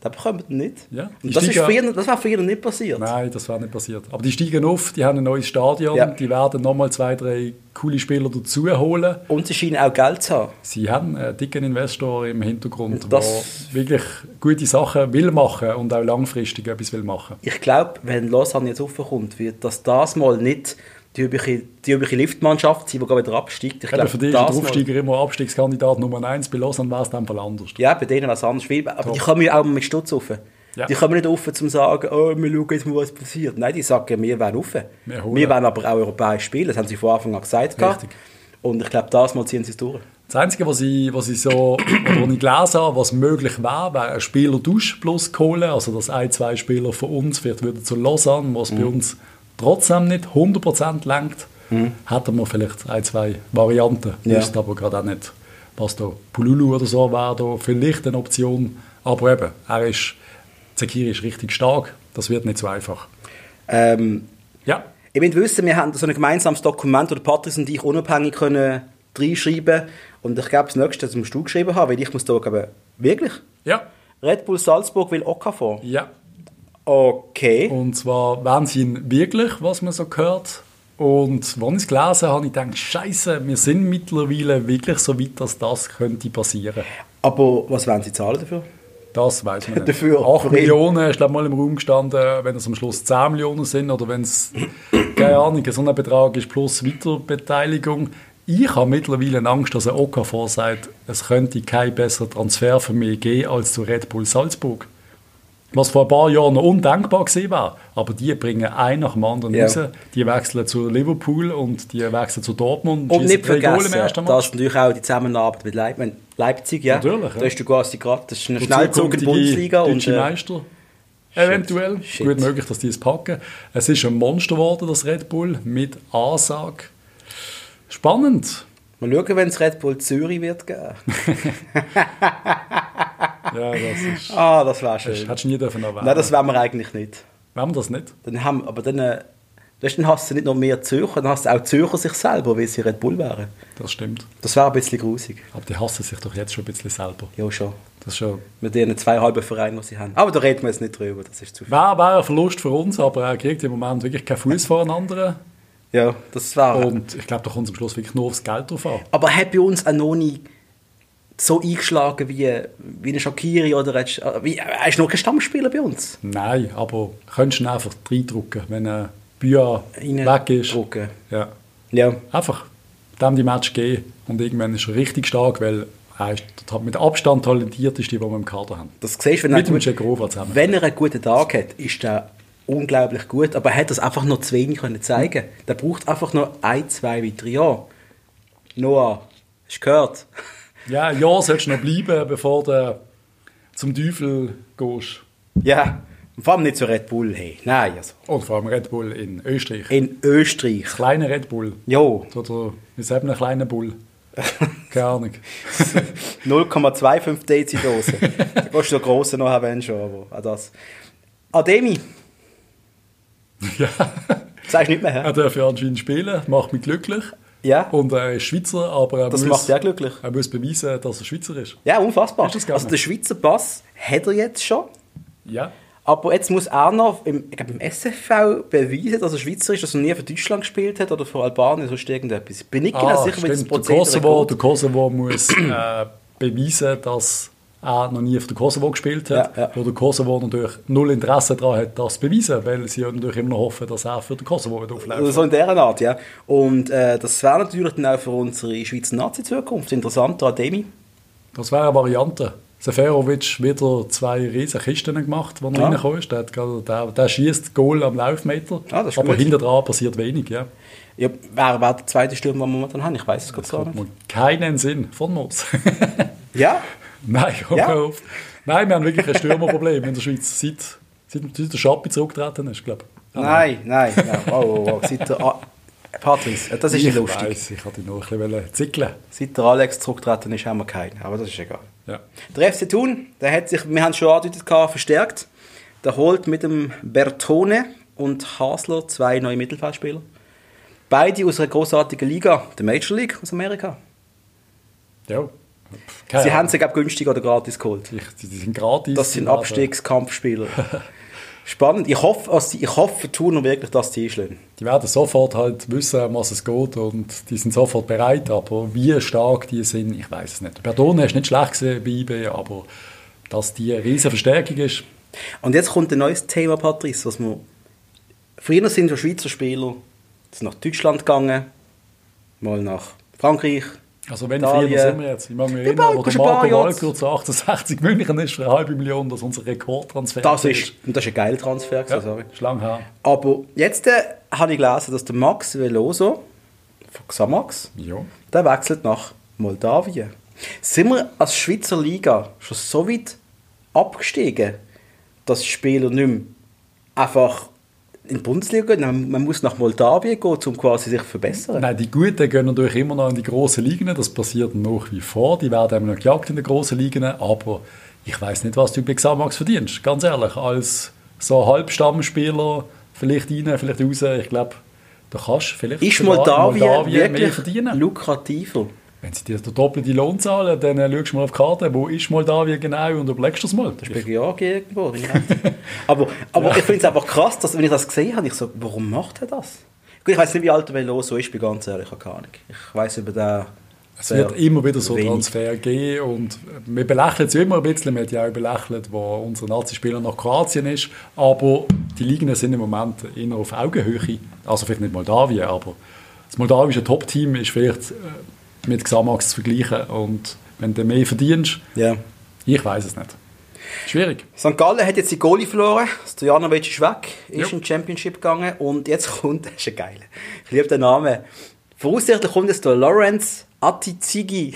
A: das bekommt ihr nicht.
B: Ja, die
A: Und das, ist
B: steigen-
A: früher, das wäre früher nicht passiert.
B: Nein, das wäre nicht passiert. Aber die steigen auf, die haben ein neues Stadion,
A: Ja.
B: die werden nochmal zwei, drei coole Spieler dazu holen.
A: Und sie scheinen auch Geld zu haben.
B: Sie haben einen dicken Investor im Hintergrund,
A: Und das-
B: der wirklich gute Sachen will machen und auch langfristig etwas will machen.
A: Ich glaube, wenn Lausanne jetzt aufkommt, wird das das mal nicht die übliche, die übliche Liftmannschaft sein, die gerade wieder absteigt. Ich
B: Eben
A: glaube,
B: für dich ist der
A: das mal-
B: Aufsteiger immer Abstiegskandidat Nummer 1, bei Lausanne wäre es dann voll anders.
A: Ja, bei denen was anderes Spiel. Aber die kommen ja auch mit Stutz rauf.
B: Ja.
A: Die kommen nicht rauf, um zu sagen, oh, wir schauen jetzt mal, was passiert. Nein, die sagen, wir wollen rauf.
B: Wir
A: Wir,
B: holen.
A: wollen aber auch europäisch spielen. Das haben sie von Anfang an gesagt. gehabt.
B: Richtig.
A: Und ich glaube, das mal ziehen sie es durch.
B: Das Einzige, was ich, was ich so oder was ich gelesen habe, was möglich wäre, wäre ein Spieler-Dusch plus Kohle. Also, dass ein, zwei Spieler von uns vielleicht würden zu Lausanne, was bei uns trotzdem nicht 100% lenkt, hätten wir vielleicht ein, zwei Varianten.
A: Ja.
B: Ist aber gerade auch nicht, was da Pululu oder so wäre, da vielleicht eine Option. Aber eben, er ist, Zekiri ist richtig stark, das wird nicht so einfach.
A: Ähm,
B: Ja,
A: ihr müsst wissen, wir haben so ein gemeinsames Dokument, wo der Patrick und ich unabhängig können reinschreiben können. Und ich glaube, das nächste, das musst du geschrieben haben, weil ich muss da geben. Wirklich?
B: ja,
A: Red Bull Salzburg will Okafor.
B: ja.
A: Okay.
B: Und zwar wollen sie ihn wirklich, was man so hört. Und als ich es gelesen habe, habe ich gedacht, Scheiße, wir sind mittlerweile wirklich so weit, dass das könnte passieren.
A: Aber was werden sie zahlen dafür?
B: Das weiß man nicht.
A: Dafür-
B: 8
A: für ihn.
B: Millionen ist, glaube ich, mal im Raum gestanden, wenn es am Schluss 10 Millionen sind oder wenn es, keine Ahnung, so ein Betrag ist plus Weiterbeteiligung. Ich habe mittlerweile Angst, dass ein Okafor sagt, es könnte kein besserer Transfer für mich geben als zu Red Bull Salzburg. Was vor ein paar Jahren noch undenkbar gewesen war. Aber die bringen einen nach dem anderen
A: Ja.
B: raus. Die wechseln zu Liverpool und die wechseln zu Dortmund.
A: Und
B: schiessen
A: nicht
B: drei Goal im
A: vergessen,
B: ersten Match.
A: dass natürlich auch die Zusammenarbeit mit Leip mit Leipzig, ja.
B: Natürlich, ja.
A: Da ist du quasi gerade, das ist ein
B: Dazu
A: Schnellzug in
B: kommt
A: die Bundesliga. Und,
B: Deutsche
A: äh,
B: Meister. Eventuell.
A: Shit.
B: Gut möglich, dass die es packen. Es ist ein Monster geworden, das Red Bull, mit Ansage. Spannend.
A: mal schauen, wenn es Red Bull Zürich wird geben.
B: Ja, das ist... halt
A: ah, das wäre schön.
B: Hättest du nie dürfen erwähnen.
A: Nein, das wollen wir eigentlich nicht.
B: Wollen wir das nicht?
A: Dann haben, aber dann, äh, weißt, du, dann hast du nicht noch mehr Zürcher, dann hast du auch Zürcher sich selber, weil sie Red Bull wären.
B: Das stimmt.
A: Das wäre ein bisschen grusig.
B: Aber die hassen sich doch jetzt schon ein bisschen selber.
A: Ja, schon.
B: Das ist schon...
A: Mit den zwei halben Vereinen, die sie haben. Aber da reden wir jetzt nicht drüber, das ist zu viel.
B: Wäre wär ein Verlust für uns, aber er kriegt im Moment wirklich keinen Fuß voreinander.
A: Ja, das wäre...
B: Und ich glaube, da kommt es am Schluss wirklich nur aufs Geld drauf an.
A: Aber hat bei uns auch noch nie so eingeschlagen wie, wie ein Shakiri oder ein, wie, äh, er ist noch kein Stammspieler bei uns.
B: Nein, aber könntest du ihn einfach reindrücken, wenn ein Büa
A: Rein
B: weg ist.
A: drücken.
B: Ja.
A: Ja.
B: Einfach dem die Match geben und irgendwann ist er richtig stark, weil er ist der- mit Abstand talentierteste, den wir im Kader haben.
A: Das siehst, du, wenn,
B: Mit
A: er
B: dem
A: gut,
B: Jack Rover zusammen.
A: wenn er einen guten Tag hat, ist er unglaublich gut, aber er hat das einfach noch zu wenig können zeigen.
B: Mhm.
A: Der braucht einfach noch ein, zwei weitere Jahre. Noah, hast du gehört?
B: Ja, ja, sollst du noch bleiben, bevor du zum Teufel gehst.
A: Ja, vor allem nicht zu Red Bull, hey. Nein, also.
B: Und vor allem Red Bull in Österreich.
A: In Österreich.
B: Kleiner Red Bull.
A: Jo,
B: So der, wie sagt man, ein kleiner Bull. Keine Ahnung.
A: 0,25 Dezi Dose. da kannst du den grossen noch haben, wenn schon, aber auch das. Ademi,
B: ja.
A: sagst du nicht mehr, hä?
B: Er darf ja anscheinend spielen, macht mich glücklich.
A: Ja.
B: Und er ist Schweizer, aber er
A: Das
B: muss,
A: macht dich auch glücklich.
B: Er muss beweisen, dass er Schweizer ist.
A: Ja, unfassbar.
B: Ist das gar
A: Also
B: nicht?
A: der Schweizer Pass hat er jetzt schon.
B: Ja.
A: Aber jetzt muss er noch im, ich glaube, im SFV beweisen, dass er Schweizer ist, dass er nie für Deutschland gespielt hat oder für Albanien, sonst irgendetwas. Ich Bin ich genau sicher, wie das
B: Ah, stimmt. Der
A: Prozedere
B: Kosovo,
A: geht.
B: der Kosovo muss äh, beweisen, dass er noch nie auf der Kosovo gespielt hat.
A: Ja, ja.
B: Wo der Kosovo natürlich null Interesse daran hat, das zu beweisen, weil sie ja natürlich immer noch hoffen, dass er für den Kosovo wird auflaufen
A: Also so in dieser Art, ja. Und äh, das wäre natürlich dann auch für unsere Schweizer Nazi-Zukunft interessant, der Ademi.
B: Das wäre eine Variante. Seferovic wieder zwei riesen Kisten gemacht, als er
A: Ja.
B: reingekommen ist. Der, hat gerade- der, der schießt Goal am Laufmeter,
A: Ah, das ist
B: aber
A: gut.
B: hinter dran passiert wenig. Ja.
A: Ja, wer wäre der zweite Stürmer, den wir momentan haben? Ich weiß es gerade gar nicht.
B: Macht keinen Sinn von Moos.
A: Ja,
B: Nein, komm
A: Ja.
B: auf. Nein, wir haben wirklich ein Stürmerproblem in der Schweiz, seit, seit, seit der Schappi zurückgetreten ist, glaube ich.
A: Nein, nein, nein. Wow, wow, wow. Seit der A- Patrice, das ist
B: ich
A: nicht lustig.
B: Weiss, ich wollte noch ein bisschen zickeln.
A: Seit der Alex zurückgetreten ist, haben wir keinen. Aber das ist egal.
B: Ja.
A: Der FC Thun, der hat sich, wir haben es schon angedeutet, gehabt, verstärkt. Der holt mit dem Bertone und Hasler zwei neue Mittelfeldspieler. Beide aus einer großartigen Liga, der Major League aus Amerika.
B: ja.
A: Sie haben sie, glaube ich, günstig oder gratis geholt.
B: ich, die, die sind gratis.
A: Das sind
B: aber-
A: Abstiegskampfspieler. Spannend. Ich hoffe, also ich hoffe, Thun wirklich, dass sie einschlagen.
B: Die werden sofort halt wissen, um was es geht und die sind sofort bereit, aber wie stark die sind, ich weiß es nicht. Berdone ist nicht schlecht gesehen bei IB, aber dass die eine riesen Verstärkung ist,
A: Und jetzt kommt ein neues Thema, Patrice, was wir... Früher sind so Schweizer Spieler sind nach Deutschland gegangen, mal nach Frankreich.
B: also wenn
A: Italien.
B: früher sind wir jetzt, ich mag mich
A: Ja,
B: erinnern,
A: bald,
B: wo
A: kannst
B: der
A: du ein
B: Marco
A: paar Jahre
B: Walker zu 68 München ist für eine halbe Million, das ist unser Rekordtransfer
A: Das ist, und das ist ein geiler Transfer, gewesen,
B: ja,
A: sorry.
B: ist lang her.
A: Aber jetzt äh, habe ich gelesen, dass der Max Veloso von Xamax,
B: Ja.
A: der wechselt nach Moldawien. Sind wir als Schweizer Liga schon so weit abgestiegen, dass Spieler nicht mehr einfach in die Bundesliga gehen? Man man muss nach Moldawien gehen, um quasi sich zu verbessern.
B: Nein, die Guten gehen natürlich immer noch in die grossen Ligen. Das passiert nach wie vor. Die werden immer noch gejagt in den grossen Ligen. Aber ich weiß nicht, was du bei Xamax verdienst. Ganz ehrlich, als so Halbstammspieler, vielleicht rein, vielleicht raus. Ich glaube, da kannst du vielleicht
A: Ist
B: sogar in
A: Moldawien,
B: mehr
A: wirklich
B: verdienen.
A: lukrativer?
B: Wenn sie dir den doppelten Lohn zahlen, dann äh, schaust du mal auf die Karte, wo ist Moldawien genau und überlegst du es mal.
A: Bei Georgien irgendwo. wenn ich recht- aber aber ich finde es einfach krass, dass, wenn ich das gesehen habe, ich so, warum macht er das? Gut, ich weiß nicht, wie alt er los so ist, bin ganz ehrlich, ich habe keine Ahnung. Ich weiß über den.
B: Es wird immer wieder so
A: wenig.
B: Transfer geben und äh, wir belächeln es ja immer ein bisschen. Wir haben ja auch belächelt, wo unser Nazi-Spieler nach Kroatien ist, aber die Ligen sind im Moment eher auf Augenhöhe. Also vielleicht nicht Moldawien, aber das moldawische Top-Team ist vielleicht äh, mit Xamax zu vergleichen und wenn du mehr verdienst,
A: Ja.
B: ich weiß es nicht. Schwierig.
A: St. Gallen hat jetzt die Goalie verloren, Stojanovic ist weg, ist
B: Ja.
A: in die Championship gegangen und jetzt kommt, das ist ein geiler, ich liebe den Namen. Voraussichtlich kommt jetzt der Lawrence Atizigi.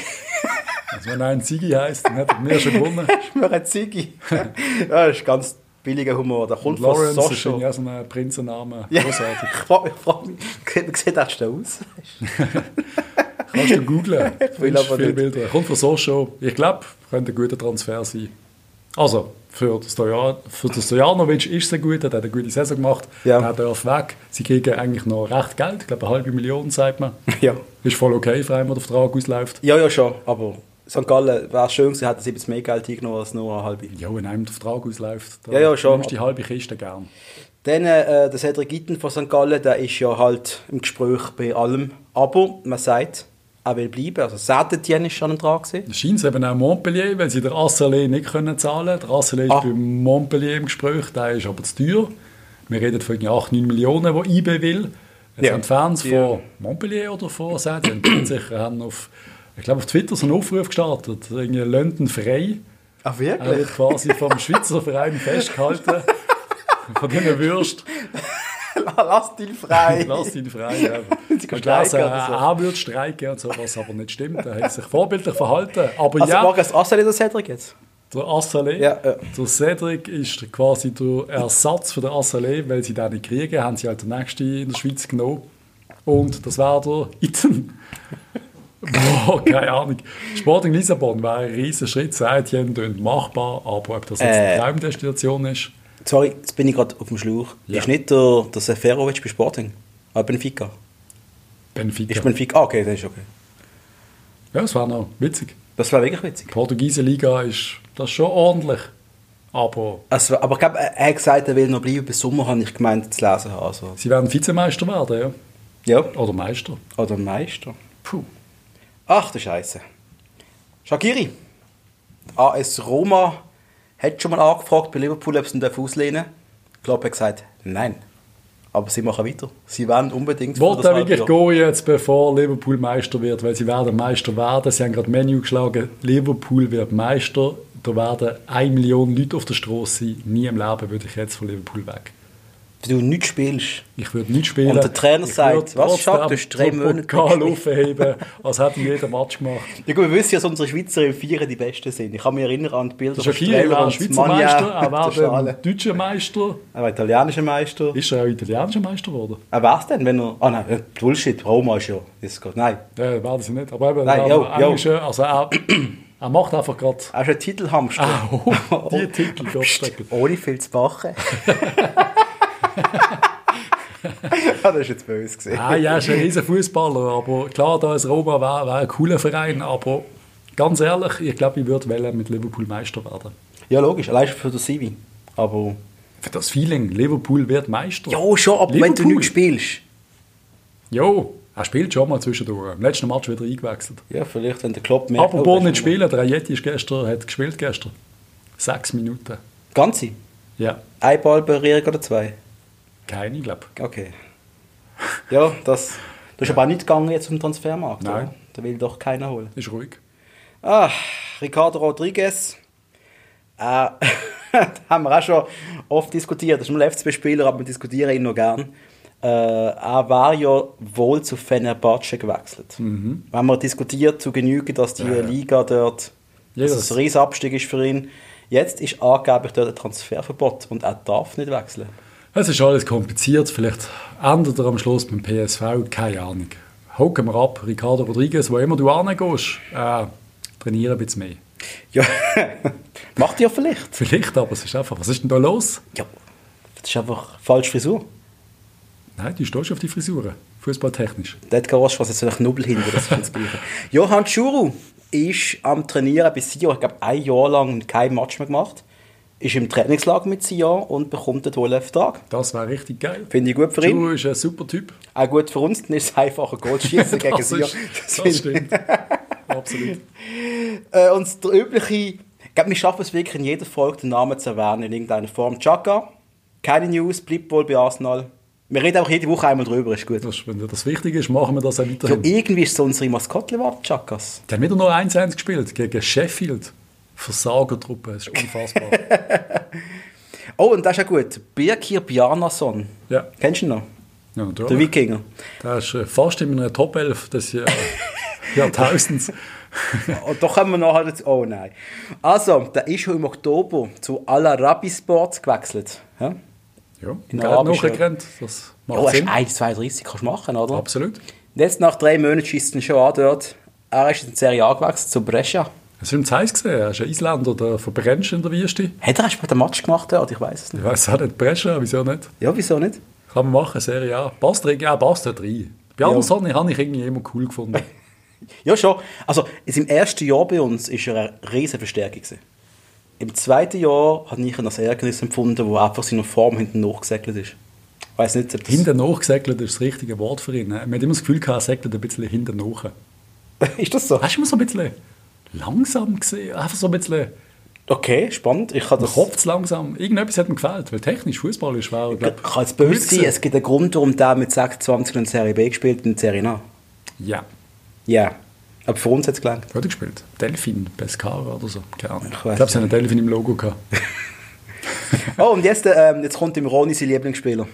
B: Also wenn ein Sigi heisst, dann hat er mir schon gewonnen.
A: ist mir ein Ziggy. ja, das ist ganz billiger Humor. Der kommt von
B: Lawrence ist
A: Sascha.
B: ja so ein Prinzenname.
A: Ja,
B: Großartig.
A: ich frage mich, frag mich, sieht- sieht er schnell aus?
B: Kannst du googlen.
A: Ich will aber
B: viele
A: nicht.
B: Bilder. Kommt von Socho. Ich glaube, könnte ein guter Transfer sein. Also, für den Stojan- für den Stojanovic ist es ein guter, der hat eine gute Saison gemacht,
A: Ja.
B: der darf weg. Sie kriegen eigentlich noch recht Geld, ich glaube eine halbe Million, sagt man.
A: Ja.
B: Ist voll okay, vor allem, wo der Vertrag ausläuft.
A: Ja, ja, schon. Aber St. Gallen wäre schön gewesen, hätten sie etwas mehr Geld eingenommen als nur eine halbe.
B: Ja, wenn einem der Vertrag ausläuft, dann
A: Ja, ja, schon.
B: nimmst du die halbe Kiste gern.
A: Dann äh, der Cedric Gitten von St. Gallen, der ist ja halt im Gespräch bei allem. Aber man sagt, er will bleiben. Also Sadetien ist schon dran gewesen.
B: Das scheint es eben auch Montpellier, weil sie den Asselé nicht können zahlen können. Der Asselé ist
A: Ah.
B: bei Montpellier im Gespräch, der ist aber zu teuer. Wir reden von irgendwie 8, 9 Millionen, die IB will. Jetzt
A: Ja.
B: haben die Fans
A: Ja.
B: von Montpellier oder von Sadien sicher haben auf, ich glaube auf Twitter so einen Aufruf gestartet, irgendwie London frei.
A: Ah,
B: Er wird quasi vom Schweizer Verein festgehalten. Von diesen Würst.
A: Lass ihn frei.
B: Lass ihn frei. Ja.
A: Sie
B: Ich
A: können
B: lese,
A: streiken oder so.
B: er würde streiken und so, was aber nicht stimmt. Er hat sich vorbildlich verhalten. Aber
A: also
B: ja,
A: mag es Assel oder Cedric jetzt?
B: Der Assalé,
A: Ja, ja.
B: der Cedric ist quasi der Ersatz für den Assalé, weil sie den nicht kriegen, haben sie halt den nächsten in der Schweiz genommen. Und das wäre der Iten. Boah, keine Ahnung. Sporting Lissabon wäre ein riesiger Schritt, Seitchen tönt machbar, aber ob das jetzt
A: Äh.
B: eine Traumdestination ist,
A: Sorry, jetzt bin ich gerade auf dem Schlauch.
B: Ja.
A: Ist nicht der, der Seferovic bei Sporting? Ah, Benfica.
B: Benfica.
A: Ist Benfica? Ah, okay, das ist okay.
B: ja, das wäre noch witzig.
A: Das wäre wirklich witzig.
B: Die Portugiese Liga ist das ist schon ordentlich, aber
A: Also, aber ich glaube, er er hat gesagt, er will noch bleiben. Bis Sommer habe ich gemeint, zu lesen. haben, Also.
B: sie werden Vizemeister werden, ja.
A: Ja.
B: Oder Meister.
A: Oder ein Meister.
B: Puh.
A: Ach du Scheiße. Shakiri. AS Roma hat schon mal angefragt bei Liverpool, ob sie ihn auslehnen dürfen. Ich glaube, er hat gesagt, nein. Aber sie machen weiter. Sie wollen unbedingt
B: Wollt
A: das
B: er wirklich
A: Halbjahr.
B: gehen jetzt, bevor Liverpool Meister wird? Weil sie werden Meister werden. Sie haben gerade Menü geschlagen. Liverpool wird Meister. Da werden 1 Million Leute auf der Straße sein. Nie im Leben würde ich jetzt von Liverpool weg.
A: wenn du nichts spielst.
B: Ich würde nicht spielen.
A: Und der Trainer
B: Ich
A: sagt,
B: würde
A: was, Schack, du
B: trotzdem
A: hast drei
B: den
A: Monate
B: Pokal
A: gespielt.
B: aufheben, als hätten wir jeden Match gemacht.
A: Ja, gut, wir wissen ja, dass unsere Schweizer im Vierer die Besten sind. Ich kann mich erinnern an die Bilder
B: Shakiri
A: Streller
B: war
A: und
B: Schweizer
A: Magna
B: Meister, ah,
A: mit
B: er
A: der
B: war
A: Schale.
B: dann deutscher Meister.
A: Er war italienischer Meister.
B: Ist er auch italienischer Meister geworden?
A: Er war es denn, wenn er... Ah nein, äh, Bullshit, Roma ist ja... Ist gut. Nein,
B: Nein, war das Äh, nicht. Aber eben,
A: Nein,
B: er
A: jo,
B: war
A: jo.
B: englischer, also er, er macht einfach gerade...
A: er ist ein Titelhamster.
B: Oh, die Titel, Gottstreckel.
A: Ohne viel zu machen. ah, das ist jetzt böse gesehen.
B: Ah, ja, ist ein riesen Fußballer, aber klar, da ist Roma wäre wär ein cooler Verein, aber ganz ehrlich, ich glaube, ich würde wollen mit Liverpool Meister werden.
A: Ja, logisch, allein schon für den Sivi. Aber...
B: Für das Feeling, Liverpool wird Meister.
A: Ja, schon, aber wenn du
B: Liverpool.
A: nicht spielst...
B: Jo, er spielt schon mal zwischendurch. Im letzten Match wieder eingewechselt.
A: Ja, vielleicht, wenn der Klopp merkt...
B: Aber
A: oh,
B: Bohr
A: das
B: nicht
A: ist schon
B: spielen, der Ayeti ist gestern, hat gespielt gestern. Sechs Minuten.
A: mal- Ganze?
B: Ja,
A: Ein Ball berühren oder zwei?
B: keine, glaube ich.
A: Okay. Ja, das... Du bist aber auch nicht gegangen jetzt zum Transfermarkt,
B: Nein.
A: oder? Da will doch keiner holen.
B: Ist ruhig.
A: Ah, Ricardo Rodriguez. Äh, das haben wir auch schon oft diskutiert. Das ist ein FCB-Spieler, aber wir diskutieren ihn noch gern. Äh, er war ja wohl zu Fenerbahce gewechselt. Wenn man diskutiert zu Genüge, dass die
B: Mhm. Ja.
A: Liga dort dass
B: Jesus.
A: es ein riesen Abstieg ist für ihn. Jetzt ist angeblich dort ein Transferverbot und er darf nicht wechseln.
B: Es ist alles kompliziert. Vielleicht ändert er am Schluss beim PSV. Keine Ahnung. Hocken wir ab. Ricardo Rodriguez, wo immer du hingehst, äh, trainiere ein bisschen mehr.
A: Ja, macht ja vielleicht.
B: Vielleicht, aber es ist einfach. Was ist denn da los?
A: Ja, das ist einfach falsche Frisur.
B: Nein, du stehst auf die Frisuren. Fußballtechnisch.
A: Dort kann was jetzt ein Knubbel hin, das ist das Gleiche. Johann Schuru ist am Trainieren bei Sion, ich glaube, ein Jahr lang kein Match mehr gemacht. Ist im Trainingslager mit Sion und bekommt dort wohl einen Vertrag.
B: Das wäre richtig geil.
A: Finde ich gut für ihn.
B: Du ist ein super Typ.
A: Auch gut für uns, dann ist es einfach ein Goalschießen gegen
B: Das,
A: Sion.
B: ist,
A: Das
B: das
A: sind-
B: stimmt. Absolut.
A: äh, und der übliche, ich glaube, wir schaffen es wirklich in jeder Folge, den Namen zu erwähnen in irgendeiner Form. Chaka, keine News, bleibt wohl bei Arsenal. Wir reden auch jede Woche einmal drüber, ist gut.
B: Das, wenn dir das wichtig ist, machen wir das auch
A: Ja,
B: weiterhin.
A: irgendwie ist so unsere Maskottchen geworden, Chakas.
B: Die haben wieder nur 1-1 gespielt gegen Sheffield. Versagertruppe, das ist unfassbar.
A: Oh, und das ist ja gut. Birkir Bjarnason.
B: Ja.
A: Kennst du ihn noch?
B: ja, natürlich.
A: Der Wikinger.
B: Der ist äh, fast in meiner Top 11 des Jahr- Jahrtausends.
A: Und da kommen wir nachher dazu. Oh nein. Also, der ist schon im Oktober zu Al Arabi Sports gewechselt. Ja?
B: Ja,
A: In
B: in
A: der
B: der
A: arabischen-
B: nachgerannt. Das macht
A: Oh, er ist
B: Sinn.
A: 1,32, kannst du machen, oder?
B: Absolut.
A: Und Jetzt nach drei Monaten schießt er ihn schon an dort. Er ist in die Serie A gewechselt, zu Brescia.
B: Es ist ihm zu heiß gesehen. Er ist ein Isländer, der verbrennst in der Wüste.
A: Hat er erst mal den Match gemacht dort? Ich weiß es nicht.
B: Ich weiß auch nicht, Brescia, wieso nicht?
A: Ja, wieso nicht?
B: Kann man machen, Serie A. Passt rein, ja, passt dort rein. Bei
A: Ja.
B: Anderson habe ich irgendwie immer cool gefunden.
A: Ja, schon. Also, in seinem ersten Jahr bei uns war er eine riesige Verstärkung. gewesen. Im zweiten Jahr habe ich ihn als Ärgernis empfunden, wo einfach seine Form hinten nachgesäckelt ist. Ich weiß nicht, ob das
B: hinten nachgesäckelt ist das richtige Wort für ihn. ne? Man hat immer das Gefühl, gehabt, er säckelt ein bisschen hinten nach.
A: ist das so?
B: Hast du immer so ein bisschen langsam gesehen? Einfach so ein bisschen
A: Okay, spannend. Ich kann
B: der
A: das.
B: Kopf zu langsam. Irgendetwas hat mir gefällt. Weil technisch Fußball ist schwer. Ich glaub,
A: kann es böse
B: gewesen.
A: sein. Es gibt einen Grund, warum der mit 26 in der Serie B gespielt hat und in der Serie A.
B: Ja.
A: Ja. Aber für uns hat es gelangt.
B: Hat er gespielt? Delfin, Pescara oder so. Keine Ahnung. Ich,
A: weiss
B: glaube, sie haben einen Delfin im Logo gehabt.
A: Oh, und jetzt, ähm, jetzt kommt im Roni sein Lieblingsspieler.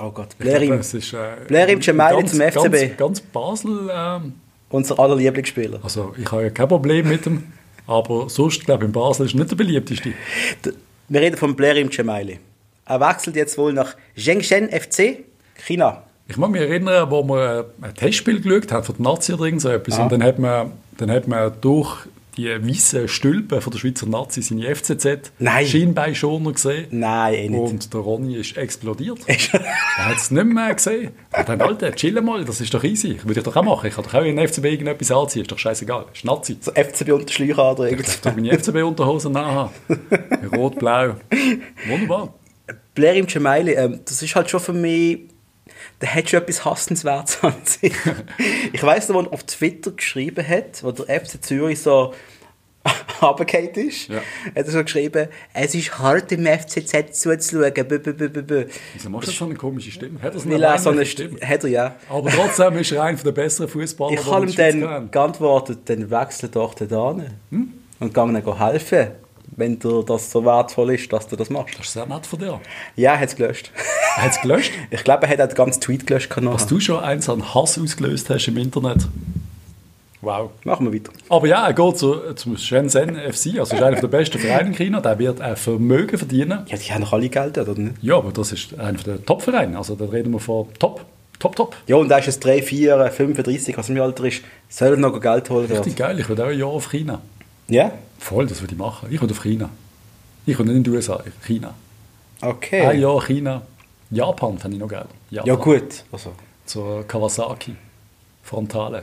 A: Oh Gott. Blerim.
B: Das ist, äh,
A: Blerim Gemayli
B: ganz-
A: zum FCB.
B: Ganz, ganz Basel. Ähm,
A: Unser aller Lieblingsspieler.
B: also, ich habe ja kein Problem mit ihm. Aber sonst, glaube ich, in Basel ist er nicht der beliebteste.
A: D- Wir reden von Blerim Cemaili. Er wechselt jetzt wohl nach Shenzhen FC, China.
B: Ich mag mich erinnern, wo wir äh, ein Testspiel geschaut haben von der Nazi oder irgend so etwas.
A: Aha.
B: Und dann hat, man, dann hat man durch die weißen Stülpen von der Schweizer Nazi seine FCZ
A: Nein.
B: Schienbeinschoner gesehen.
A: Nein, eh nicht.
B: Und der Ronny ist explodiert. er hat es nicht mehr gesehen. Und dann, Alter, chill mal, das ist doch easy. Ich würde ich doch auch machen. Ich kann doch auch in den FCB irgendetwas anziehen. Ist doch scheißegal. Ist Nazi.
A: So FCB unter Schleichader
B: Ich
A: irgendwie.
B: darf meine FCB-Unterhosen nachhaben. Rot-blau. Wunderbar.
A: Blair im Gemaili, ähm, das ist halt schon für mich, der hat schon etwas Hassenswertes an sich. Ich weiß noch, wo er auf Twitter geschrieben hat, wo der FC Zürich so abgekehrt ist,
B: Ja.
A: hat er so geschrieben, es ist hart im FCZ zuzuschauen. B -b -b -b -b.
B: Wieso machst du so eine komische Stimme? Hat das
A: Ich lese so eine
B: weibliche
A: Stimme. Hat er ja.
B: Aber trotzdem ist er einer der besseren Fußballer,
A: Ich habe ihm
B: die wir in der Schweiz Hm?
A: dann geantwortet, dann wechsel doch dort an und gang dann helfen. wenn dir das so wertvoll ist, dass du das machst.
B: Das ist sehr nett von dir.
A: Ja, er hat es gelöscht.
B: Er hat es gelöscht.
A: Ich glaube, er hat auch den ganzen Tweet gelöscht.
B: Was du schon eins an Hass ausgelöst hast im Internet. Wow.
A: Machen wir weiter.
B: Aber ja, er geht zu, zum Shenzhen FC, also ist einer der besten Vereine in China. Der wird ein Vermögen verdienen.
A: Ja, die haben doch alle Geld, oder nicht?
B: Ja, aber das ist einer der Top-Vereine. Also da reden wir von Top, Top, Top.
A: Ja, und da ist es 3, 4, 35, was im Alter ist, soll er noch Geld holen. dort.
B: Richtig geil, ich würde auch ein Jahr auf China.
A: Ja?
B: Voll, das würde ich machen. Ich würde auf China. Ich würde nicht in die USA, China.
A: Okay.
B: Ein Jahr China. Japan fände ich noch geil. Japan.
A: Ja, gut. Also,
B: Zur Kawasaki. Frontale.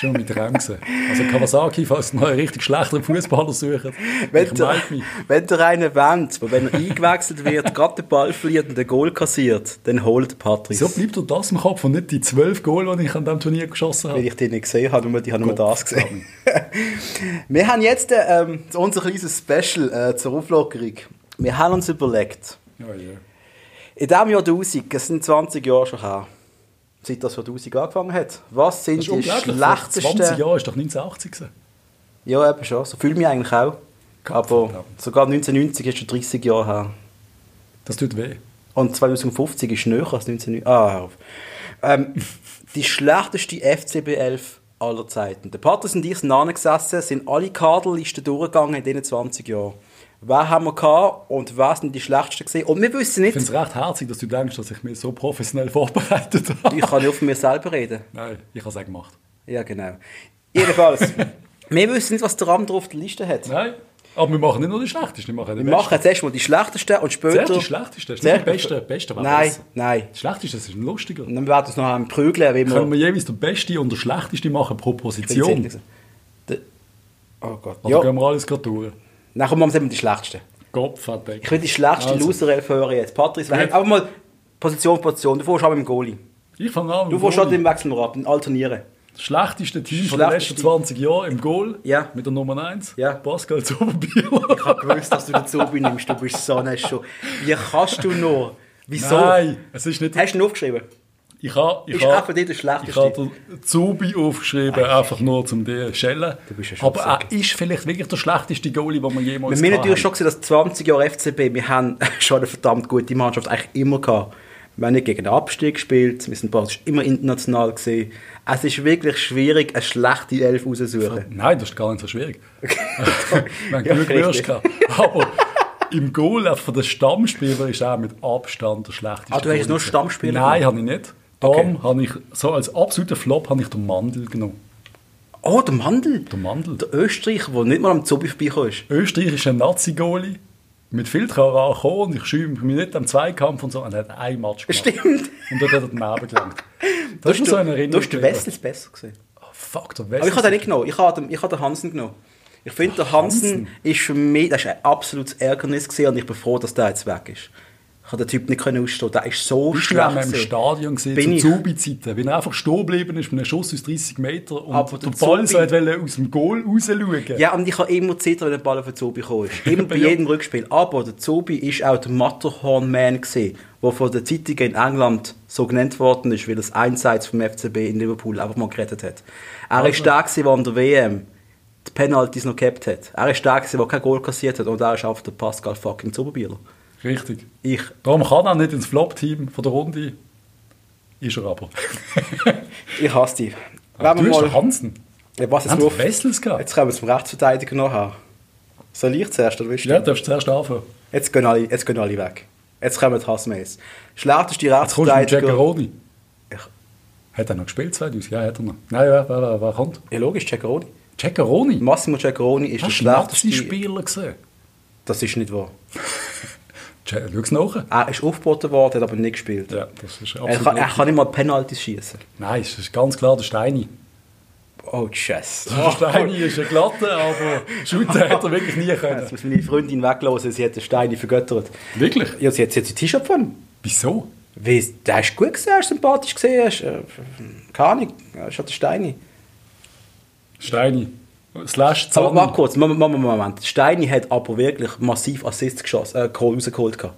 B: Schon mit Bremsen. Also Kawasaki, falls ihr noch einen richtig schlechten Fußballer sucht.
A: wenn,
B: ich
A: der,
B: melde mich.
A: wenn der einen wähnt, wo wenn er eingewechselt wird, gerade den Ball verliert und den Goal kassiert, dann holt Patrice.
B: Wieso bleibt dir das im Kopf und nicht die zwölf Goal, die ich an diesem Turnier geschossen
A: Weil
B: habe?
A: ich die nicht gesehen habe, nur, ich habe nur das gesehen. Wir haben jetzt äh, ähm, unser kleines Special äh, zur Auflockerung. Wir haben uns überlegt,
B: Ja, ja.
A: in diesem Jahr 1000, es sind 20 Jahre schon her, seit das Jahr 1000 angefangen hat, was sind
B: Das ist
A: die
B: unglaublich. Vor 20
A: schlechtesten...
B: Jahren ist doch 1980 gewesen.
A: Ja, eben schon. So fühle ich mich eigentlich auch. Aber
B: verdammt.
A: sogar 1990 ist schon 30 Jahre her.
B: Das tut weh.
A: Und 2050 ist näher als 1990. Ah, hör auf. Ähm, die schlechteste FCB 11 aller Zeiten. Der Patrick und ich sind angesessen, sind alle Kaderlisten durchgegangen in diesen 20 Jahren. Wer haben wir gehabt und wer sind die schlechtesten gesehen? Und wir wissen
B: Ich finde
A: nicht,
B: es recht herzig, dass du denkst, dass ich mich so professionell vorbereitet habe.
A: ich kann nicht von mir selber reden.
B: Nein, ich habe es auch gemacht.
A: Ja, genau. Jedenfalls, wir wissen nicht, was der Ram drauf auf der Liste hat.
B: Nein, aber wir machen nicht nur die Schlechtesten, wir machen den
A: Wir machen jetzt erstmal die schlechtesten und später.
B: Zuerst die Schlechtesten, das ist nicht
A: Zuerst-
B: die Besten. Die Besten wären
A: Nein,
B: besser.
A: nein.
B: Das Schlechteste das ist lustiger.
A: Und dann werden wir uns noch am Prügeln, wie
B: Können
A: wir.
B: wir jeweils den Beste und den Schlechteste machen pro Position?
A: Der- Oh Gott.
B: Oder
A: Ja,
B: Also gehen wir alles gerade durch?
A: dann kommen wir mit die schlechtesten.
B: Kopfhörer.
A: Ich will die schlechteste
B: Also.
A: Loser-Elf hören jetzt. Patrice,
B: Gut.
A: okay. aber mal Position für Position. Du fährst auch mit dem Goalie.
B: Ich fange an. mit
A: Du
B: dem
A: fährst
B: Goal.
A: schon im Wechsel noch ab, dann alternieren.
B: Das schlechteste Team von den letzten
A: Schlechteste.
B: 20 Jahren im Goal.
A: Ja.
B: Mit der Nummer 1.
A: Ja.
B: Pascal Zoberbieler.
A: Ich habe gewusst, dass du dazu benimmst. Du bist so eine Show. Wie kannst du nur? Wieso?
B: Nein, es ist nicht.
A: Hast du ihn aufgeschrieben?
B: Ich habe ich
A: Ist auch
B: habe
A: für dich der schlechteste.
B: ich habe den Zubi aufgeschrieben, einfach nur zum dir zu schellen.
A: Du bist ein
B: Aber
A: Schutzsack.
B: er ist vielleicht wirklich der schlechteste Goalie, den wir jemals
A: Wir haben
B: gehabt
A: natürlich schon gesehen, dass 20 Jahre FCB, wir haben schon eine verdammt gute Mannschaft eigentlich immer gehabt. Wir haben nicht gegen den Abstieg gespielt, wir sind praktisch immer international gesehen. Es ist wirklich schwierig, eine schlechte Elf rauszusuchen.
B: Nein, das ist gar nicht so schwierig. Wenn
A: Ja,
B: du Glück wirst,
A: richtig.
B: gehabt. aber im Goal von den Stammspieler ist er mit Abstand der schlechteste.
A: Ah, du hast
B: Goalie.
A: nur Stammspieler
B: Nein,
A: genommen?
B: habe ich nicht. Darum habe ich so als absoluten Flop habe ich den Mandel genommen.
A: Oh, der Mandel!
B: Der Mandel.
A: Der Österreicher, der nicht mal am Zubi vorbeikommt.
B: Österreich ist ein Nazi-Goalie. Mit viel Trara gekommen und ich schäume mich nicht am Zweikampf und so. Und er hat ein Match gemacht.
A: Stimmt.
B: Und dort hat er den Namen gelangt.
A: Du
B: Das ist
A: hast
B: mir so eine
A: den- du
B: Erinnerung.
A: hast den Wessels besser gesehen.
B: Oh, fuck, der
A: Aber
B: Wessel.
A: ich habe den nicht genommen, ich habe den, ich habe den Hansen genommen. Ich finde, der Hansen ist für mich, das war ein absolutes Ärgernis gewesen und ich bin froh, dass der jetzt weg ist. Ich habe den Typ nicht können ausstehen, der ist so
B: Bist du
A: schlecht.
B: einmal im
A: gewesen.
B: Stadion gesehen,
A: Bin
B: zu
A: ich.
B: Zubi-Zeiten, wenn er einfach stehen geblieben ist mit einem Schuss aus 30 Metern und
A: Aber
B: der
A: der
B: Ball so
A: Zubi-
B: wollte aus dem Goal rausschauen.
A: Ja, und ich habe immer zittern, wenn der Ball auf den Zobi gekommen ist. Immer bei
B: Ja.
A: jedem Rückspiel. Aber der Zobi ist auch der Matterhorn-Man, gewesen, der von den Zeitungen in England so genannt worden ist, weil er es einseits vom FCB in Liverpool einfach mal gerettet hat. Er ist der, gewesen, der an der WM die Penalties noch gehabt hat. Er ist der, gewesen, der kein Goal kassiert hat. Und er ist auch der Pascal fucking Zoberbieler.
B: Richtig.
A: Ich.
B: Darum kann er nicht ins Flop-Team von der Runde. Ist er aber.
A: Ich hasse dich.
B: Ah, du bist der Hansen.
A: Ja, was
B: Haben
A: jetzt
B: wir
A: auf?
B: Wessels gehabt?
A: Jetzt kommen wir zum Rechtsverteidiger nachher. Soll ich zuerst, oder willst du?
B: Ja, du darfst zuerst anfangen.
A: Jetzt gehen alle, jetzt gehen alle weg. Jetzt kommen die Hassmails. Schlechteste
B: Jetzt kommst du mit
A: Rechtsverteidiger.
B: Jackeroni.
A: Ich-
B: Hat er noch gespielt 2000? Ja, hat er noch. Nein, wer, wer, wer, wer kommt?
A: Ja, logisch, Ceccaroni.
B: Jackeroni?
A: Massimo Ceccaroni ist der
B: Hast du einen
A: schlechteste.
B: Spieler gesehen?
A: Das ist nicht wahr.
B: Schau es nach.
A: Er ist aufgeboten worden, hat aber nicht gespielt.
B: Ja, das ist
A: er,
B: absolut
A: kann, er
B: richtig.
A: kann nicht mal Penalties schießen.
B: Nein, es ist ganz klar der Steini.
A: Oh, Scheiße.
B: Der Steini ist ein Glatte, aber Shooter hätte er wirklich nie
A: Jetzt
B: können.
A: muss meine Freundin weglassen, sie hat den Steine vergöttert.
B: Wirklich?
A: Ja, sie hat sie hat ein T-Shirt von.
B: Wieso?
A: Weiss, Der hast gut gesehen, hast sympathisch gesehen. Hast, äh, keine Ahnung, er ist halt der Steini.
B: Steini. Slash
A: Aber
B: Zanni.
A: warte kurz, Moment, Moment, Moment. Steini hat aber wirklich massiv Assists geschossen, äh, geholt- rausgeholt. gehabt.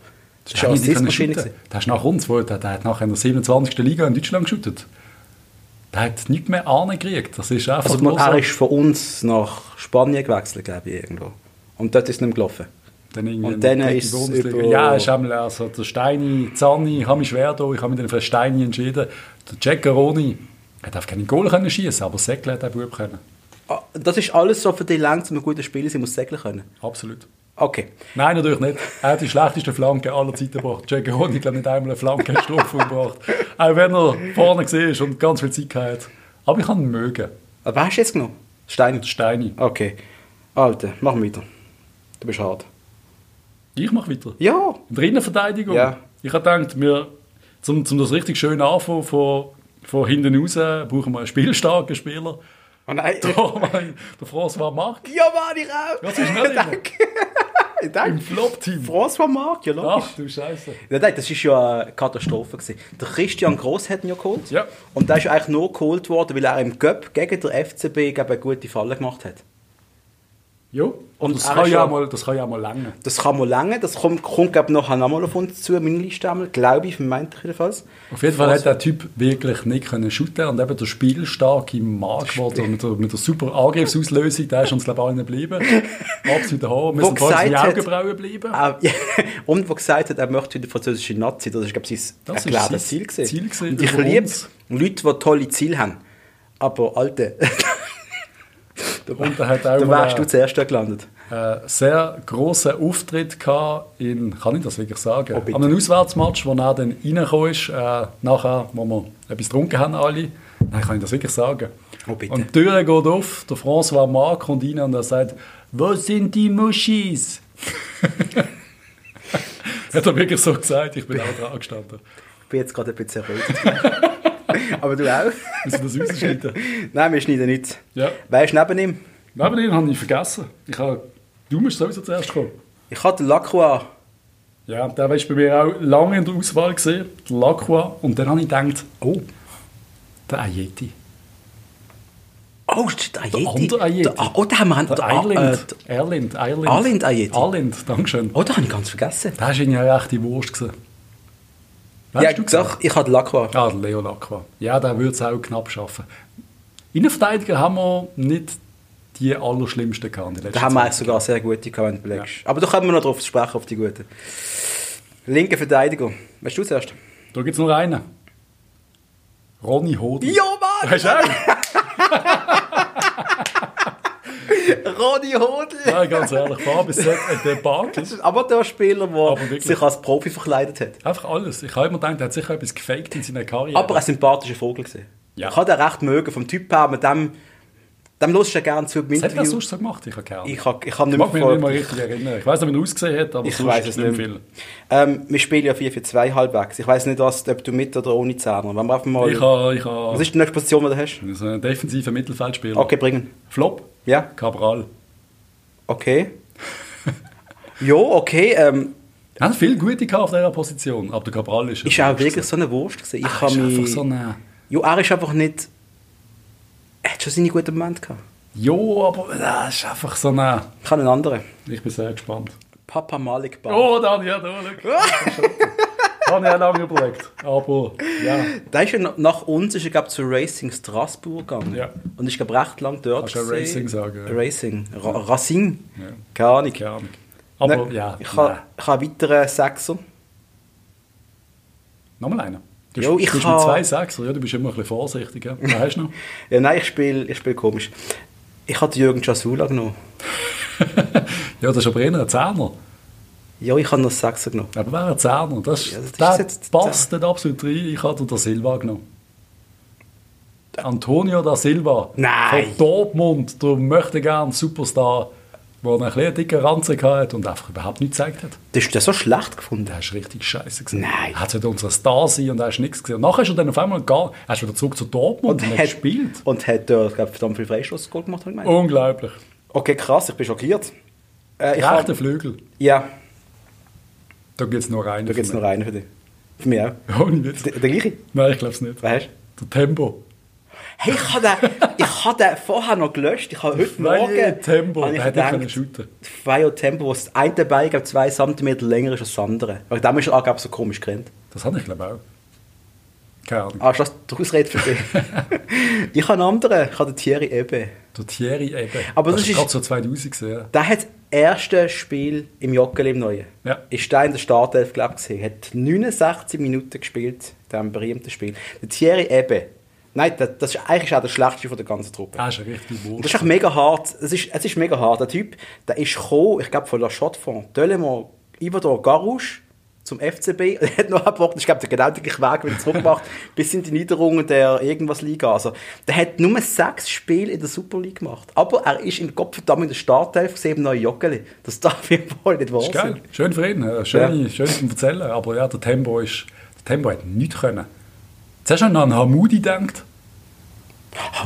A: Das war eine
B: Steini, die können
A: Assistmaschine.
B: shooten.
A: gewesen.
B: Der ist nach uns, wo- der, der hat nachher in der 27. Liga in Deutschland geschüttet. Der hat nichts mehr angekriegt. Das ist einfach
A: Also,
B: nur
A: man, er
B: so.
A: ist von uns nach Spanien gewechselt, glaube ich, irgendwo. Und dort ist es nicht mehr gelaufen.
B: Dann irgendwie
A: Und dann
B: dritte
A: ist es
B: Bundesliga.
A: über-
B: Ja, ist einmal also der Steini, Zanni, ich habe mich schwer da, ich habe mich dann für Steini entschieden. Der Ceccaroni, er darf keine Goal können schießen, aber Säckle hat er gut können.
A: Ah, Das ist alles so für die Länge, um ein guter Spieler sein muss, segeln können.
B: Absolut.
A: Okay.
B: Nein, natürlich nicht. Er hat die schlechteste Flanke aller Zeiten gebracht. Ceccaroni hat glaub, nicht einmal eine Flanke in den Strafraum gebracht. Auch wenn er vorne war und ganz viel Zeit gehabt. Aber ich kann ihn mögen.
A: Aber wer hast du jetzt genommen? Stein.
B: Der Steini.
A: Okay. Alter, mach weiter. Du bist hart.
B: Ich mache weiter.
A: Ja. Oh
B: In der Innenverteidigung?
A: Ja.
B: Ich habe gedacht, wir, zum, zum das richtig schön anfangen, von, von hinten raus, brauchen wir einen spielstarken Spieler.
A: Oh nein.
B: Da mein- der François Marc.
A: Ja, Mann, ich auch.
B: Was ist nicht
A: Danke.
B: im
A: Danke.
B: Flop-Team?
A: François Marc, ja logisch.
B: Ach du Scheiße.
A: Ja, nein, das war ja eine Katastrophe. Gewesen. Der Christian Gross hat ihn ja geholt.
B: Ja.
A: Und der ist eigentlich nur geholt worden, weil er im Göpp gegen den FCB gegen eine gute Falle gemacht hat.
B: Jo.
A: Und
B: Und das
A: er
B: kann,
A: ist
B: ja
A: ja-
B: auch mal, das kann ja auch mal länger.
A: Das kann man lange, das kommt, kommt glaube ich, nachher nochmal auf uns zu, meine Liste einmal, glaube ich, vermeinte ich jedenfalls.
B: Auf jeden Fall
A: Was-
B: hat der Typ wirklich nicht können shooten und eben der spielstarke Marc wurde mit der, mit der super Angriffsauslösung, der ist uns glaube ich allen geblieben. Absolut Haar. Wir
A: Wo
B: sind voll
A: gesagt
B: in
A: hat-
B: Augenbrauen geblieben.
A: Ah, ja. Und wo gesagt hat, er möchte wieder französische Nazi, das ist, glaube ich, sein
B: Das ist
A: erklärtes
B: sein
A: Ziel gewesen.
B: Ziel gewesen
A: Und ich
B: über
A: liebe
B: uns.
A: Leute, die tolle Ziele haben. Aber, Alter,
B: Und er hat auch
A: da
B: mal,
A: wärst du zuerst da gelandet.
B: äh, sehr grossen Auftritt gehabt in, kann ich das wirklich sagen,
A: Oh, bitte.
B: an einem Auswärtsmatch, wo er dann reingekommen ist, äh, nachher, wo wir etwas getrunken haben alle. Nein, kann ich das wirklich sagen.
A: Oh, bitte.
B: Und die Türe geht auf, der François Marc kommt rein und er sagt, wo sind die Muschis? Hat er wirklich so gesagt, ich bin auch dran gestanden.
A: Ich bin jetzt gerade ein bisschen erregt. Aber du auch?
B: Müssen wir das rausschneiden?
A: Nein, wir schneiden nicht.
B: Ja.
A: Wer ist neben ihm?
B: Neben denen habe ich vergessen. Ich habe, du musst sowieso zuerst kommen.
A: Ich hatte Lacroix.
B: Ja, der war bei mir auch lange in der Auswahl, gewesen, der Lacroix. Und dann habe ich gedacht, oh, der Ayeti.
A: Oh, ist der Ayeti.
B: andere Ayeti.
A: Der- ah, Oh, der haben wir.
B: Der
A: ah, äh,
B: Ireland. Ireland, Ireland.
A: Ireland Ayeti.
B: Ireland, dankeschön.
A: oh, den habe ich ganz vergessen.
B: Der war irgendwie eine rechte Wurst. Gewesen. Wen
A: ja,
B: hast du
A: doch, ich hatte Lacroix.
B: Ah, der Leo Lacroix. Ja, der würde es auch knapp schaffen. Innenverteidiger haben wir nicht die allerschlimmsten gehabt in der letzten
A: Da haben wir
B: Zeit.
A: eigentlich sogar sehr gute gehabt, wenn du überlegst. Aber da können wir noch drauf sprechen, auf die guten. Linke Verteidiger. Weißt du zuerst?
B: Da gibt es nur einen. Ronny Hoden.
A: Ja, Mann!
B: Weißt du auch?
A: Ronny Hodl!
B: Nein, ganz ehrlich, Fabi ist ein Debakel.
A: Das ist ein Amateurspieler,
B: Aber
A: der
B: wirklich.
A: sich als Profi verkleidet hat.
B: Einfach alles. Ich habe immer gedacht, er hat sicher etwas gefaked in seiner Karriere.
A: Aber ein sympathischer Vogel gesehen.
B: Ja.
A: Ich habe den recht mögen, vom Typ her, mit dem, dem lust ich gerne zu im
B: was hat er
A: Interview.
B: sonst so gemacht? Ich habe gerne.
A: Ich habe ich hab nicht
B: mag mich
A: mehr
B: nicht mehr
A: gefolgt.
B: richtig erinnern. Ich weiß nicht, wie er ausgesehen hat, aber
A: Ich
B: sonst
A: weiß es nicht mehr.
B: viel.
A: Ähm, wir spielen ja 4 für 2 halbwegs. Ich weiß nicht, was, ob du mit oder ohne Zehner. Wenn wir einfach mal...
B: Ich habe, ich
A: Oh was
B: habe
A: ist die nächste Position, die du hast?
B: so einen defensiven Mittelfeldspieler.
A: Okay, bringen.
B: Flop,
A: Ja,
B: Cabral.
A: okay. jo, okay. Ähm,
B: Er hat viele gute gehabt auf dieser Position, aber der Cabral ist...
A: ist auch wirklich so eine Wurst. Gewesen. Ich
B: Ich
A: habe
B: Ah, ist einfach
A: mich...
B: so eine...
A: Jo, er ist einfach nicht... Er hat schon seine guten Momente gehabt.
B: Jo, aber das ist einfach so eine...
A: Ich habe einen anderen.
B: Ich bin sehr gespannt.
A: Papa Malik Bar.
B: Oh, Daniel, da, schau. Habe ich auch lange überlegt. Aber, ja.
A: Da ist er na- nach uns ist er glaub, zu Racing Strasbourg gegangen.
B: Ja.
A: Und ich glaube recht lang dort.
B: Kannst du auch
A: gewesen.
B: Racing sagen, ja.
A: Racing. Ra Racing.
B: Ja.
A: Keine Ahnung.
B: Keine Ahnung. Aber
A: Ne,
B: ja,
A: Ich habe
B: nein.
A: ich habe einen weiteren Sechser.
B: nochmal einer. Du,
A: Jo,
B: bist-
A: ich
B: du bist
A: ha-
B: mit zwei Sechser, ja, du bist immer ein bisschen vorsichtig. Ja. Was hast du noch?
A: Ja, nein, ich spiele ich spiel komisch. Ich habe Jürgen Jasula genommen.
B: ja, das ist aber eher ein Zehner.
A: Ja, ich habe noch einen Sechser genommen.
B: Aber wer ein Zehner? Das, ist-
A: Ja, das ist
B: der
A: jetzt-
B: passt nicht absolut rein. Ich hatte den Silva genommen. Antonio da Silva.
A: Nein.
B: Von Dortmund. Du möchtest gerne Superstar, der einen kleinen dicken Ranzen hatte und einfach überhaupt nichts gezeigt hat.
A: Das ist der so schlecht gefunden.
B: Der ist richtig scheiße gesehen.
A: Nein.
B: Er sollte unser Star sein und er ist nichts gesehen. Und nachher ist er dann auf einmal gar, er ist wieder zurück zu Dortmund und, hat gespielt.
A: Und hat dort glaub, verdammt viel Freistoß gemacht, habe ich gemeint.
B: Unglaublich.
A: Okay, krass, ich bin schockiert. Äh, ich
B: Rechter
A: hab,
B: Flügel.
A: ja,
B: Da gibt es nur einen.
A: da gibt es noch einen für dich. Für mich auch.
B: Ohne Witz.
A: Der, der gleiche?
B: Nein, ich glaube es nicht.
A: Weißt du?
B: Der Tempo.
A: Hey, ich habe den, ich habe den vorher noch gelöscht. Ich habe heute
B: Weil
A: Morgen...
B: Tempo,
A: habe
B: der hätte nicht können
A: ich gedacht,
B: shooten.
A: Fire Tempo, wo das eine Bein glaub, zwei Zentimeter länger ist als das andere. Weil dem ist er angeblich so komisch gerannt.
B: Das habe ich glaube auch. Keine Ahnung.
A: Ah, ist das die Ausrede für dich? ich habe einen anderen. Ich habe den Thierry Ebe.
B: Der Thierry eben.
A: Aber
B: das
A: das
B: ist
A: ist-
B: gerade so 2000 gesehen.
A: Der hat erste Spiel im Joggeli im Neuen.
B: Ja.
A: Ist der in der Startelf, glaube ich, Hat 69 Minuten gespielt, diesem berühmten Spiel. Der Thierry Ebe. Nein, das, das ist eigentlich auch der schlechteste von der ganzen Truppe.
B: Das ist richtig
A: Und das
B: Wurst.
A: ist auch mega hart. Es ist, es ist mega hart. Der Typ, der ist gekommen, ich glaube von La Chaux-de-Fonds, Delemont, Ibador, Garouche zum FCB. Er hat noch abgeworfen, ich glaube, der genau den gleichen Weg wieder zurückgemacht, bis in die Niederungen der irgendwas Liga. Also, der hat nur sechs Spiele in der Super League gemacht. Aber er ist in Gottverdammt in der Startelf gesehen im neuen Joggeli. Das darf ja wohl nicht wahr
B: Das ist
A: sein.
B: geil. Schön für ihn. Äh, Schön, schön zum Erzählen. Aber ja, der Tempo ist. Der Tempo hat nichts können. Jetzt hast du noch an Hamoudi gedacht.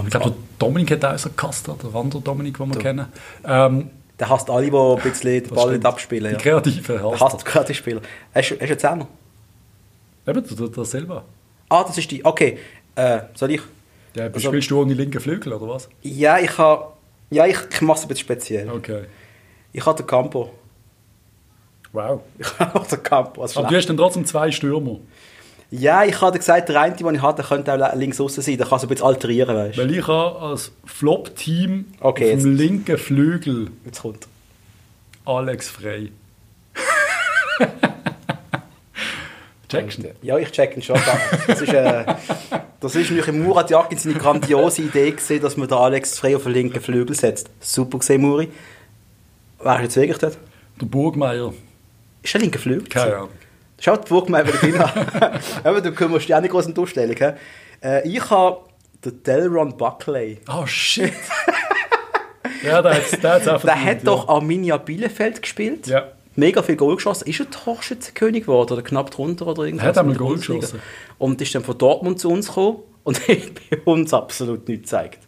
B: Ich glaube, der Dominik hat auch so gehasst, der andere Dominik, den wir kennen. Ähm,
A: Der hasst alle, die ein bisschen den
B: das
A: Ball
B: stimmt.
A: nicht abspielen.
B: Die
A: Ja.
B: Kreativen
A: Der
B: hasst
A: hasst gerade die Spieler. Hast du hast du einen Zehner?
B: er. Eben, der, der, der selber.
A: Ah, das ist die. Okay. Äh, soll ich?
B: Ja,
A: Also-
B: spielst du ohne linken Flügel, oder was?
A: Ja, ich habe. Ja, ich, ich mache es ein bisschen speziell.
B: Okay.
A: Ich habe den Campo.
B: Wow.
A: Ich habe den Campo. als
B: Aber du
A: Schlag.
B: hast dann trotzdem zwei Stürmer.
A: Ja, ich habe gesagt, der eine, den ich habe, der könnte auch le- links außen sein. Der kann es ein bisschen alterieren, weißt du?
B: Weil ich habe als Flop-Team
A: Okay,
B: auf dem linken Flügel
A: Jetzt kommt.
B: Alex Frey. Jackson.
A: Ja, ich check ihn schon. danke. Das ist, äh, das ist nämlich im Murat Yakin seine grandiose Idee gewesen, dass man den Alex Frey auf den linken Flügel setzt. Super gesehen, Muri. Wärst du jetzt wirklich dort?
B: Der Burgmeier.
A: Ist der linke Flügel?
B: Keine Ahnung.
A: Schaut, frag mal einfach hin. Aber du kümmerst dich auch nicht groß um die Ausstellung. hä? Äh, ich habe den Delron Buckley.
B: Oh, shit. ja, der hat es einfach
A: Der hat doch Arminia Bielefeld gespielt.
B: Ja.
A: Mega viel Goal geschossen. Ist er Torschützenkönig geworden oder knapp drunter oder irgendwas?
B: hat einmal
A: in der
B: Goal
A: Bundesliga.
B: geschossen.
A: Und ist dann von Dortmund zu uns gekommen und hat bei uns absolut nichts gezeigt.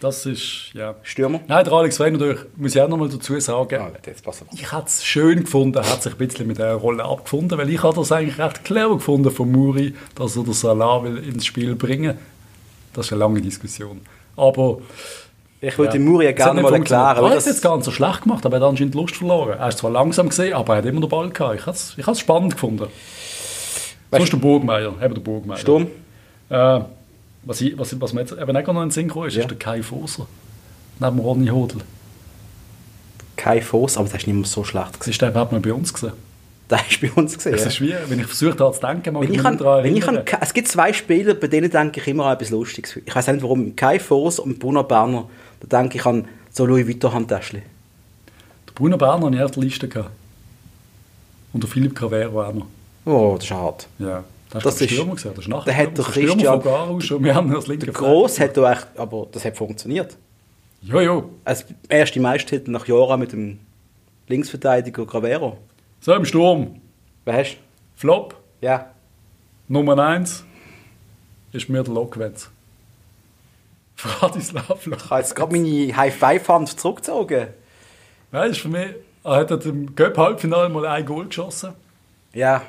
B: Das ist, ja.
A: Stürmer?
B: Nein, der Alex Frey natürlich, muss ich auch nochmal dazu sagen.
A: jetzt passen wir.
B: Ich hätte es schön gefunden, er hat sich ein bisschen mit dieser Rolle abgefunden, weil ich habe das eigentlich recht clever gefunden von Muri, dass er den Salah will ins Spiel bringen Das ist eine lange Diskussion. Aber
A: Ich würde den Muri ja
B: es hat
A: gerne
B: nicht
A: mal
B: funktioniert.
A: erklären.
B: Er
A: weil
B: hat es jetzt gar nicht so schlecht gemacht, aber er hat anscheinend Lust verloren. Er ist zwar langsam gesehen, aber er hat immer den Ball gehabt. Ich habe es, ich habe es spannend gefunden. Sonst der Burgmeier, eben der Burgmeier.
A: Sturm?
B: Äh, was, ich, was, was mir jetzt eben auch noch in den Sinn gekommen ist,
A: Ja.
B: ist der Kai Fosser. Neben Ronny Hodl.
A: Kein Fuss, aber das ist nicht mehr so schlecht.
B: Das ist der überhaupt mal bei uns gesehen.
A: Der ist bei uns gesehen.
B: Es ist wie, wenn ich versucht habe zu denken, mal
A: Wenn ich an, wenn ich an, es gibt zwei Spieler, bei denen denke ich immer an etwas Lustiges. Ich weiß nicht warum. Kai Fors und Bruno Berner. Da denke ich an so Louis Vuitton-Handtäschchen.
B: Der Bruno Berner hatte ich auf der Liste. Gehabt. Und der Philipp Cavero auch noch.
A: Oh, das ist hart.
B: Ja. Das,
A: Das
B: ist der
A: ist-
B: Stürmer gesehen, das ist nachher
A: der hat
B: Stürmer.
A: der
B: Stürmer
A: Christian-
B: von Garus und wir haben das linke
A: Gross hat da echt, aber das hat funktioniert.
B: Jo, jo.
A: Als erste Meistertitel nach Jora mit dem Linksverteidiger Gravero.
B: So im Sturm.
A: Wer hast du?
B: Flop
A: Ja.
B: Nummer 1 ist mir der Lokwenz. Vratislav Lokwenz.
A: Ich habe jetzt gerade meine High-Five-Hand zurückgezogen.
B: Nein, das ist für mich, er hat dort im Göpp-Halbfinale mal ein Goal geschossen.
A: Ja.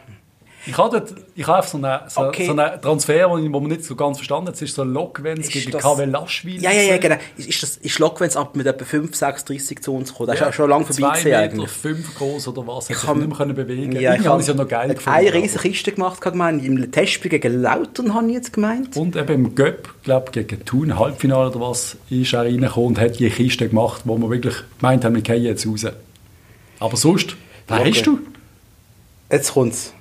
B: Ich habe dort, ich habe so einen, so,
A: Okay.
B: so einen Transfer, den ich, den man nicht so ganz verstanden hat. Es ist so ein Lokwenz
A: Ist
B: gegen
A: das-
B: KW Laschwil.
A: Ja, ja, ja, genau. Ist, ist das, ist Lockwens ab mit etwa 5, 6, 30 zu uns gekommen? Das ist auch schon lange vorbei
B: Zwei
A: gewesen
B: Meter
A: eigentlich.
B: fünf groß oder was. Ich
A: hab-
B: kann nicht mehr bewegen.
A: Ja,
B: ich habe es ja noch geil
A: hat Eine riesige Kiste gemacht, gerade gemeint. Im Testspiel gegen Lautern habe ich jetzt gemeint.
B: Und eben im Göpp, glaube gegen Thun, Halbfinale oder was, ist er reingekommen und hat die Kiste gemacht, wo man wirklich gemeint haben, wir gehen jetzt raus. Aber sonst, wer
A: Okay.
B: hast du?
A: Jetzt kommt's.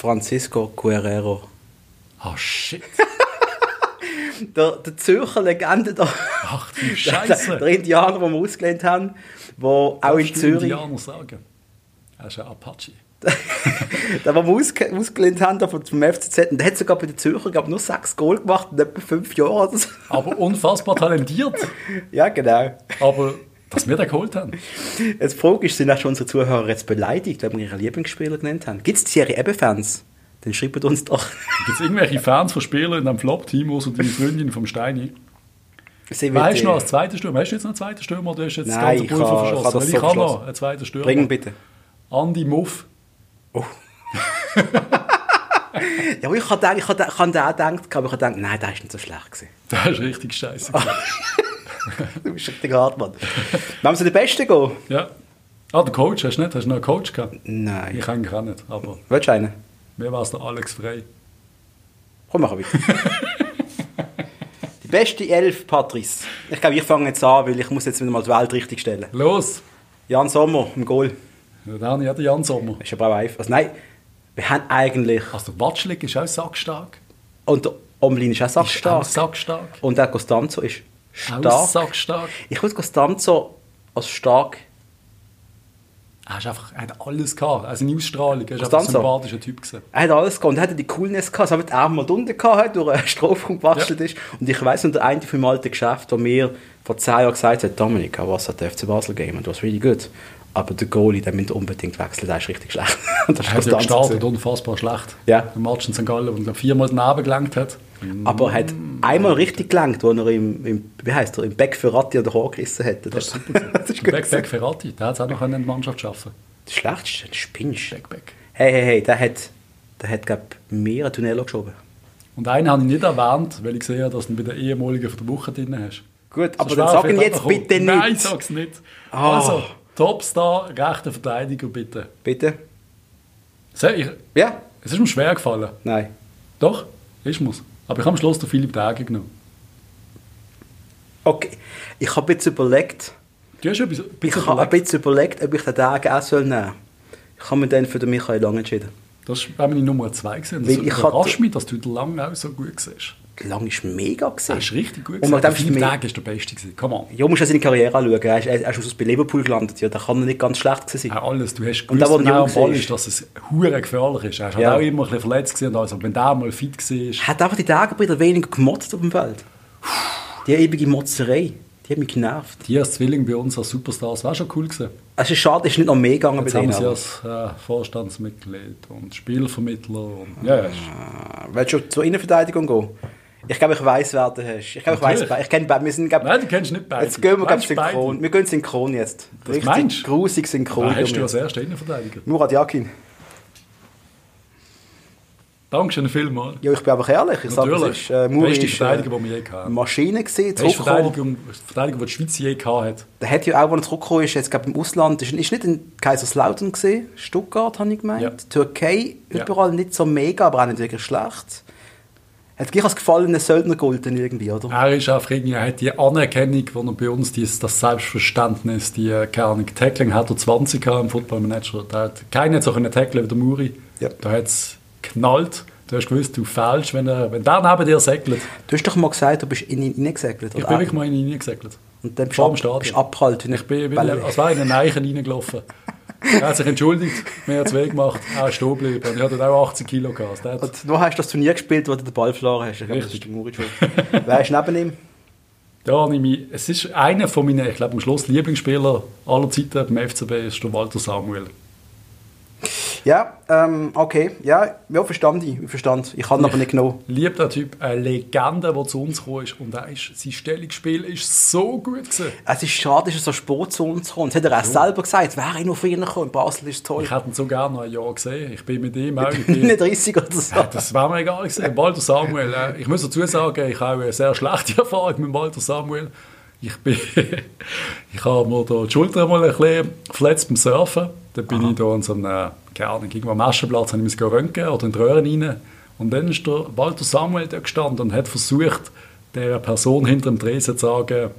A: Francisco Guerrero.
B: Ah, shit.
A: Der, der Zürcher Legende, der,
B: Ach, du
A: der, der
B: Scheiße.
A: Indianer, den wir ausgelehnt haben, der auch in Zürich,
B: Indianer sagen. Er ist ein Apache.
A: der, den wir ausge, ausgelehnt haben, der vom vom FCZ, und der hat sogar bei den Zürcher glaub, ich, nur sechs Goal gemacht in etwa fünf Jahren. Oder so.
B: Aber unfassbar talentiert.
A: Ja, genau.
B: Aber dass wir den geholt haben.
A: Jetzt die Frage ist, sind auch schon unsere Zuhörer jetzt beleidigt, wenn wir ihre Lieblingsspieler genannt haben? Gibt es Thierry Eben-Fans? Dann schreibt uns doch.
B: Gibt es irgendwelche Fans von Spielern in einem Flop-Team, außer deine Freundin vom Steini?
A: Sie wird,
B: Weißt du noch als
A: äh,
B: zweiter Stürmer? Hast du jetzt noch einen zweiten Stürmer oder hast du jetzt
A: Nein,
B: das ganze
A: ich
B: Pulver
A: habe- ich
B: verschossen?
A: habe das
B: Weil
A: so
B: ich habe noch
A: verschossen.
B: einen zweiten Stürmer.
A: Bring ihn bitte.
B: Andi Muff. Oh.
A: Ja, aber ich habe ich hab, ich hab den auch gedacht, aber ich habe gedacht, nein, der ist nicht so schlecht gewesen.
B: Der ist richtig scheiße.
A: Du bist richtig hart, Mann. Wollen wir zu den Besten gehen?
B: Ja. Ah, der Coach hast du nicht? Hast du noch einen Coach gehabt?
A: Nein.
B: Ich eigentlich auch nicht, aber
A: Willst du einen?
B: mir war es der Alex Frey.
A: Komm, machen wir weiter. die beste Elf, Patrice. Ich glaube, ich fange jetzt an, weil ich muss jetzt wieder mal die Welt richtig stellen.
B: Los!
A: Jan Sommer im Goal.
B: Ja, Dann ja der Jan Sommer.
A: Ist aber auch einfach. Also nein, wir haben eigentlich.
B: Also der Watschlik ist auch sackstark.
A: Und der Omlin ist auch
B: Ist auch
A: sackstark.
B: sackstark.
A: Und der Costanzo ist
B: Auch
A: stark.
B: sackstark.
A: Ich würde Costanzo als stark.
B: Er, ist einfach, er hat alles gehabt. Also eine Ausstrahlung. Er ist einfach ein
A: Costanzo.
B: sympathischer Typ. Gewesen.
A: Er hat alles gehabt und er hatte die Coolness gehabt. Es hat auch mal drunter gehabt, durch einen Strohfunk gebastelt
B: Ja.
A: ist. Und ich weiss noch, der eine vom alten Geschäft, der mir vor zehn Jahren gesagt hat, Dominik, aber was hat der FC Basel gegeben? Und das ist really good. Aber der Goalie, der müsst ihr unbedingt wechseln, der ist richtig schlecht. Und das
B: Er hat ja
A: Costanzo
B: gestartet,
A: gewesen.
B: unfassbar schlecht.
A: Ja.
B: Im Match in St. Gallen, wo er glaub, viermal daneben gelangt hat.
A: Aber er hat einmal richtig gelangt, als er im, im, wie heisst er, im Back für Ratti an den Haar gerissen hat. Das,
B: ist super.
A: das ist gut.
B: Back, back Ferrati, der hat es auch noch in der Mannschaft schaffen
A: Das Schlechteste, das Spinnst.
B: Back, back.
A: Hey, hey, hey, der hat, der hat glaub, mehr an Tunnel geschoben.
B: Und einen habe ich nicht erwähnt, weil ich gesehen habe, dass du ihn bei der ehemaligen von der Woche drin hast.
A: Gut, aber dann
B: Sonst wäre
A: sag
B: er
A: ihn
B: vielleicht
A: jetzt
B: noch gekommen.
A: bitte nicht.
B: Nein, sag's nicht.
A: Ah.
B: Also, Topstar, rechter Verteidiger, bitte.
A: Bitte?
B: Sehr- ich-
A: Ja?
B: Es ist mir schwer gefallen.
A: Nein.
B: Doch, ist mir's. Aber ich habe am Schluss den Philipp Däger genommen.
A: Okay. Ich habe jetzt überlegt,
B: Du hast etwas, ein
A: ich
B: bisschen
A: habe ein
B: überlegt.
A: bisschen überlegt, ob ich den Tag auch soll nehmen soll. Ich habe mich dann für den Michael Lang entschieden.
B: Das war meine Nummer zwei. Gewesen. Das
A: Weil ich
B: überrascht
A: hatte-
B: mich, dass du den Lang auch so gut siehst.
A: Lang ist mega
B: Er
A: gesehen.
B: ist richtig gut.
A: Und man
B: gewesen. Der
A: denkt,
B: Philipp
A: mehr,
B: Däger ist der Beste. Gewesen. Come on.
A: ja, musst du seine Karriere anschauen. Er ist, er ist aus bei Liverpool gelandet. Ja, da kann er nicht ganz schlecht gewesen sein.
B: Auch alles. Du hast
A: Und
B: gewusst,
A: der,
B: wenn
A: der
B: er am
A: jung
B: Ball
A: war.
B: ist, dass es hure gefährlich ist. Er war
A: Ja.
B: auch immer ein bisschen verletzt. Gewesen. und Also, wenn der mal fit war,
A: Hat einfach die Tage ein bisschen weniger gemotzt auf dem Feld. Die ewige Motzerei. Die hat mich genervt.
B: die als Zwilling bei uns als Superstars wäre schon cool gewesen.
A: Es ist schade, es ist nicht noch mehr gegangen
B: Jetzt
A: bei
B: haben
A: denen.
B: sie
A: aber-
B: als äh, Vorstandsmitglied und Spielvermittler. Und, ja, ja, ist-
A: Ah, Willst du zur Innenverteidigung gehen? Ich glaube, ich weiß, wer du hast. Ich glaube, ich weiß,
B: Natürlich.
A: ich kenne beide. Wir sind, glaub,
B: Nein, du kennst nicht beide.
A: Jetzt gehen wir glaub,
B: Meinst
A: synchron.
B: beide?
A: Wir gehen synchron jetzt.
B: Das meinst du?
A: grusig synchron.
B: Wen hast du
A: Junge.
B: als erster Innenverteidiger?
A: Murat Yakin.
B: Dankeschön vielmals.
A: Ja, ich bin einfach ehrlich. Ich sage,
B: Natürlich.
A: es ist, äh, Muri
B: Beste
A: ist,
B: Verteidiger, die wir je hatten.
A: eine Maschine gesehen,
B: Er ist
A: zurückgekommen.
B: Verteidigung, Verteidigung, die die Schweiz je gehabt hat.
A: Der hat ja auch, als er zurückgekommen ist, jetzt glaub, im Ausland, ist, ist nicht in Kaiserslautern gesehen, Stuttgart, habe ich gemeint.
B: Ja.
A: Türkei,
B: Ja.
A: überall nicht so mega, aber auch nicht wirklich schlecht. Hat gleich als gefallenen Söldner gegolten irgendwie, oder?
B: Er ist einfach irgendwie, er hat die Anerkennung, die er bei uns, dieses, das Selbstverständnis, die, äh, keine Ahnung, Tackling hat er 20 gehabt im Football Manager. Da hat keiner hat so können tackeln wie der Muri.
A: Ja.
B: Da hat es knallt. Du hast gewusst, du fällst, wenn, er, wenn der neben dir segelt.
A: Du hast doch mal gesagt, du bist in ihn reingesägelt.
B: Ich
A: oder?
B: bin wirklich mal in ihn reingesegelt.
A: Und dann bist
B: Vor
A: du
B: dem
A: ab,
B: Stadion.
A: bist abgehalten. und
B: Ich bin, bin
A: Bälle-
B: als wäre in einen Eichen reingelaufen. Er hat sich entschuldigt, mir hat es weh gemacht, er ist stehen geblieben. Und ich hatte dann auch 80 Kilo gehabt. Der hat-
A: Und du hast das Turnier gespielt, wo du den Ball verloren hast. Ich glaube, das
B: Richtig.
A: ist der Muri schuld. Wer ist neben ihm?
B: Da habe ich mich, es ist einer von meinen, ich glaube, am Schluss Lieblingsspieler aller Zeiten beim FCB ist der Walter Samuel.
A: Ja, ähm, okay. Ja, ja verstand ich. Ich verstand. Ich kann ihn aber nicht genau. genommen.
B: Liebt der Typ, eine Legende, die zu uns gekommen ist. Und er ist, sein Stellungsspiel ist so gut gewesen.
A: Es ist schade, dass er so spät zu uns kommt. Das hat er auch selber gesagt. Es Wäre ich noch früher gekommen. Basel ist toll.
B: Ich hätte ihn so gerne noch ein Jahr gesehen. Ich bin mit ihm auch. Ich bin,
A: nicht 30 oder so.
B: Ja, das wäre mir egal gewesen. Walter Samuel, äh, ich muss dazu sagen, ich habe eine sehr schlechte Erfahrung mit Walter Samuel. Ich, bin, ich habe mir da die Schulter mal ein bisschen verletzt beim Surfen. Dann bin ich da an so einem, äh, keine Ahnung, irgendwo am Aschenplatz, habe ich mich röntgen oder in die Röhre rein. Und dann ist der Walter Samuel da gestanden und hat versucht, der Person hinter dem Tresen zu sagen,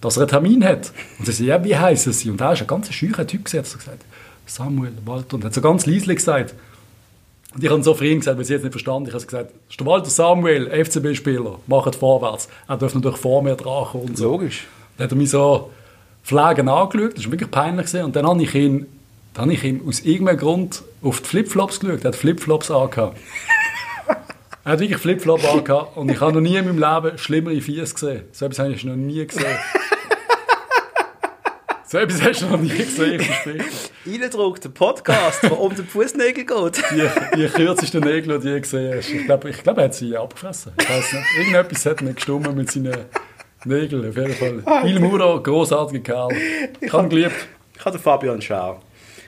B: dass er einen Termin hat. Und sie sagt, ja, wie heißen sie? Und er ist ein ganz scheuer Typ, gewesen, hat so gesagt, Samuel, Walter, und hat so ganz leise gesagt. Und ich habe so für ihn gesagt, weil sie jetzt nicht verstanden. Ich habe gesagt, das ist der Walter Samuel, FCB-Spieler, macht vorwärts. Er darf natürlich vor mir dran kommen. und So.
A: Logisch.
B: Dann hat er mich so Flaggen angeschaut, das war wirklich peinlich. Gewesen. Und dann habe ich ihn, dann habe ich ihm aus irgendeinem Grund auf die Flipflops geschaut. Er hat Flipflops angehabt. er hat wirklich Flipflop angehabt. Und ich habe noch nie in meinem Leben schlimmere Fies gesehen. So etwas habe ich noch nie gesehen. so etwas hast du noch nie gesehen, ich verspreche.
A: Eindruck, der Podcast, der um den Fußnägel geht.
B: Die, die kürzeste Nägel, die ich gesehen hast. Ich glaube, ich glaub, er hat sie abgefressen. Ich weiß nicht. Irgendetwas hat nicht gestummen mit seinen Nägeln. Auf jeden Fall. Il Muro, grossartiger Kerl. Ich habe ihn geliebt.
A: Ich habe den Fabian Schau.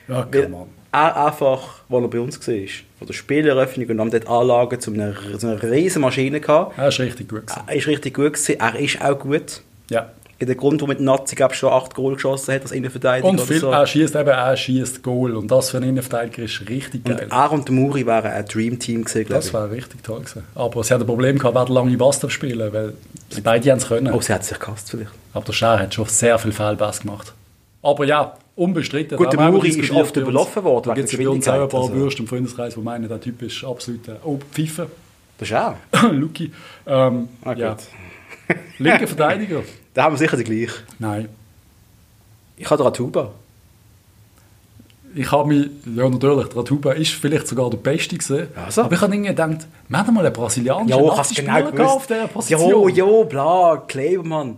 B: Ja, genau.
A: Weil
B: come on.
A: er einfach, als er bei uns war, von der Spieleröffnung und haben dort Anlagen zu einer, zu einer riesen Maschine gehabt.
B: Er ist richtig gut. Gewesen.
A: Er ist richtig gut gewesen. Er ist auch gut.
B: Ja.
A: In der Grund, warum die Nazi glaub, ich, schon 8 Goal geschossen hat als Innenverteidiger
B: Und viel,
A: so.
B: er schießt eben, er schießt Goal. Und das für einen Innenverteidiger ist richtig geil.
A: Er und der Muri waren ein Dreamteam gewesen, glaube
B: Das
A: ich.
B: wäre richtig toll gewesen. Aber sie hat ein Problem gehabt, wer den lange Bass darf spielen weil sie beide haben es können.
A: Oh, sie hat sich gehasst vielleicht.
B: Aber der Schär hat schon sehr viel Fehlpass gemacht. Aber ja, unbestritten.
A: Gut, der
B: Da haben wir
A: Muri ist
B: diskutiert
A: oft
B: bei uns.
A: überlaufen worden
B: Da
A: wegen
B: gibt es
A: der
B: bei uns auch ein paar
A: Geschwindigkeit, also.
B: Würste im Freundeskreis, wo meinen, der Typ ist absolut äh, oh, Pfeife,
A: Das ist auch.
B: Luki. Ähm,
A: Ah,
B: ja.
A: gut.
B: Linker Verteidiger?
A: Da haben wir sicher den gleichen.
B: Nein.
A: Ich habe Ratuba.
B: Ich habe mich, ja natürlich, der Tuba ist vielleicht sogar der Beste gewesen,
A: Also.
B: aber ich habe irgendwie gedacht, wir haben mal einen brasilianischen
A: genau
B: Nazi-Spieler gehabt auf dieser Position.
A: Jo, jo, bla, Klebermann.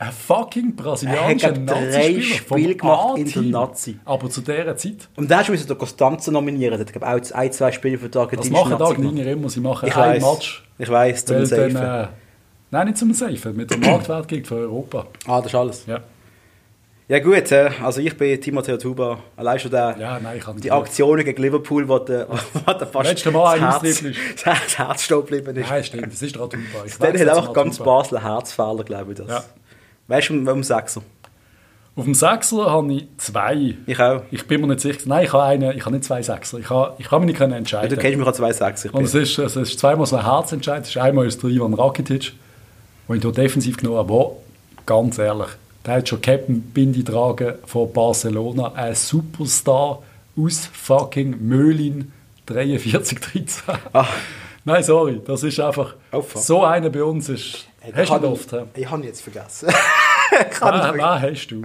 B: Ein fucking
A: Er
B: brasilianischer
A: hat, glaub, drei
B: Nazi-Spieler vom
A: Spiele gemacht in der
B: A-Team.
A: Nazi.
B: Aber zu dieser Zeit,
A: Und da musste der Costanza nominieren. Der hat glaub auch ein, zwei Spiele für die
B: das
A: argentinische
B: machen die
A: Nazi gemacht.
B: Argentinier immer, sie machen
A: Ich weiß.
B: einen Match.
A: Ich weiß, zum
B: weil
A: Safen.
B: Dann, äh, nein, nicht zum Safen, mit dem Marktwert gegen für Europa.
A: ah, das ist alles.
B: Ja.
A: Ja gut, äh, also ich bin Timoteo Tuba. Allein schon der,
B: Ja, nein, ich kann
A: die
B: nicht.
A: Aktionen gegen Liverpool, wo der, wo der fast
B: Letztes Mal
A: das,
B: ein
A: Herz,
B: Ausdribbel
A: das Herz stehen geblieben ist.
B: Nein, stimmt, das ist der Tuba. Ich
A: Dann
B: weiss,
A: hat
B: dass
A: einfach
B: er
A: ganz
B: Tuba-
A: Basel einen Herzfehler, glaube ich. Das.
B: Ja.
A: Weißt du, um, um Sechser?
B: Auf dem Sechser habe ich zwei.
A: Ich auch.
B: Ich bin mir nicht sicher. Nein, ich habe, einen, ich habe nicht zwei Sechser. Ich, habe, ich kann mich nicht können
A: Ja, du
B: entscheiden.
A: kennst mich an zwei Sechser. Ich
B: Und
A: bin.
B: es ist, es ist zweimal so ein Herzentscheid. Es ist einmal ist der Ivan Rakitic, den ich hier defensiv genommen habe. Wo, ganz ehrlich, der hat schon Captain-Bindi tragen von Barcelona. Ein Superstar aus fucking Möhlin 4313.
A: Ah.
B: Nein, sorry, das ist einfach...
A: Oh, fuck.
B: so einer bei uns ist... hast du nicht oft, hä?
A: Ich habe ihn jetzt vergessen. Ich kann ihn vergessen.
B: Ah, ah, hast du.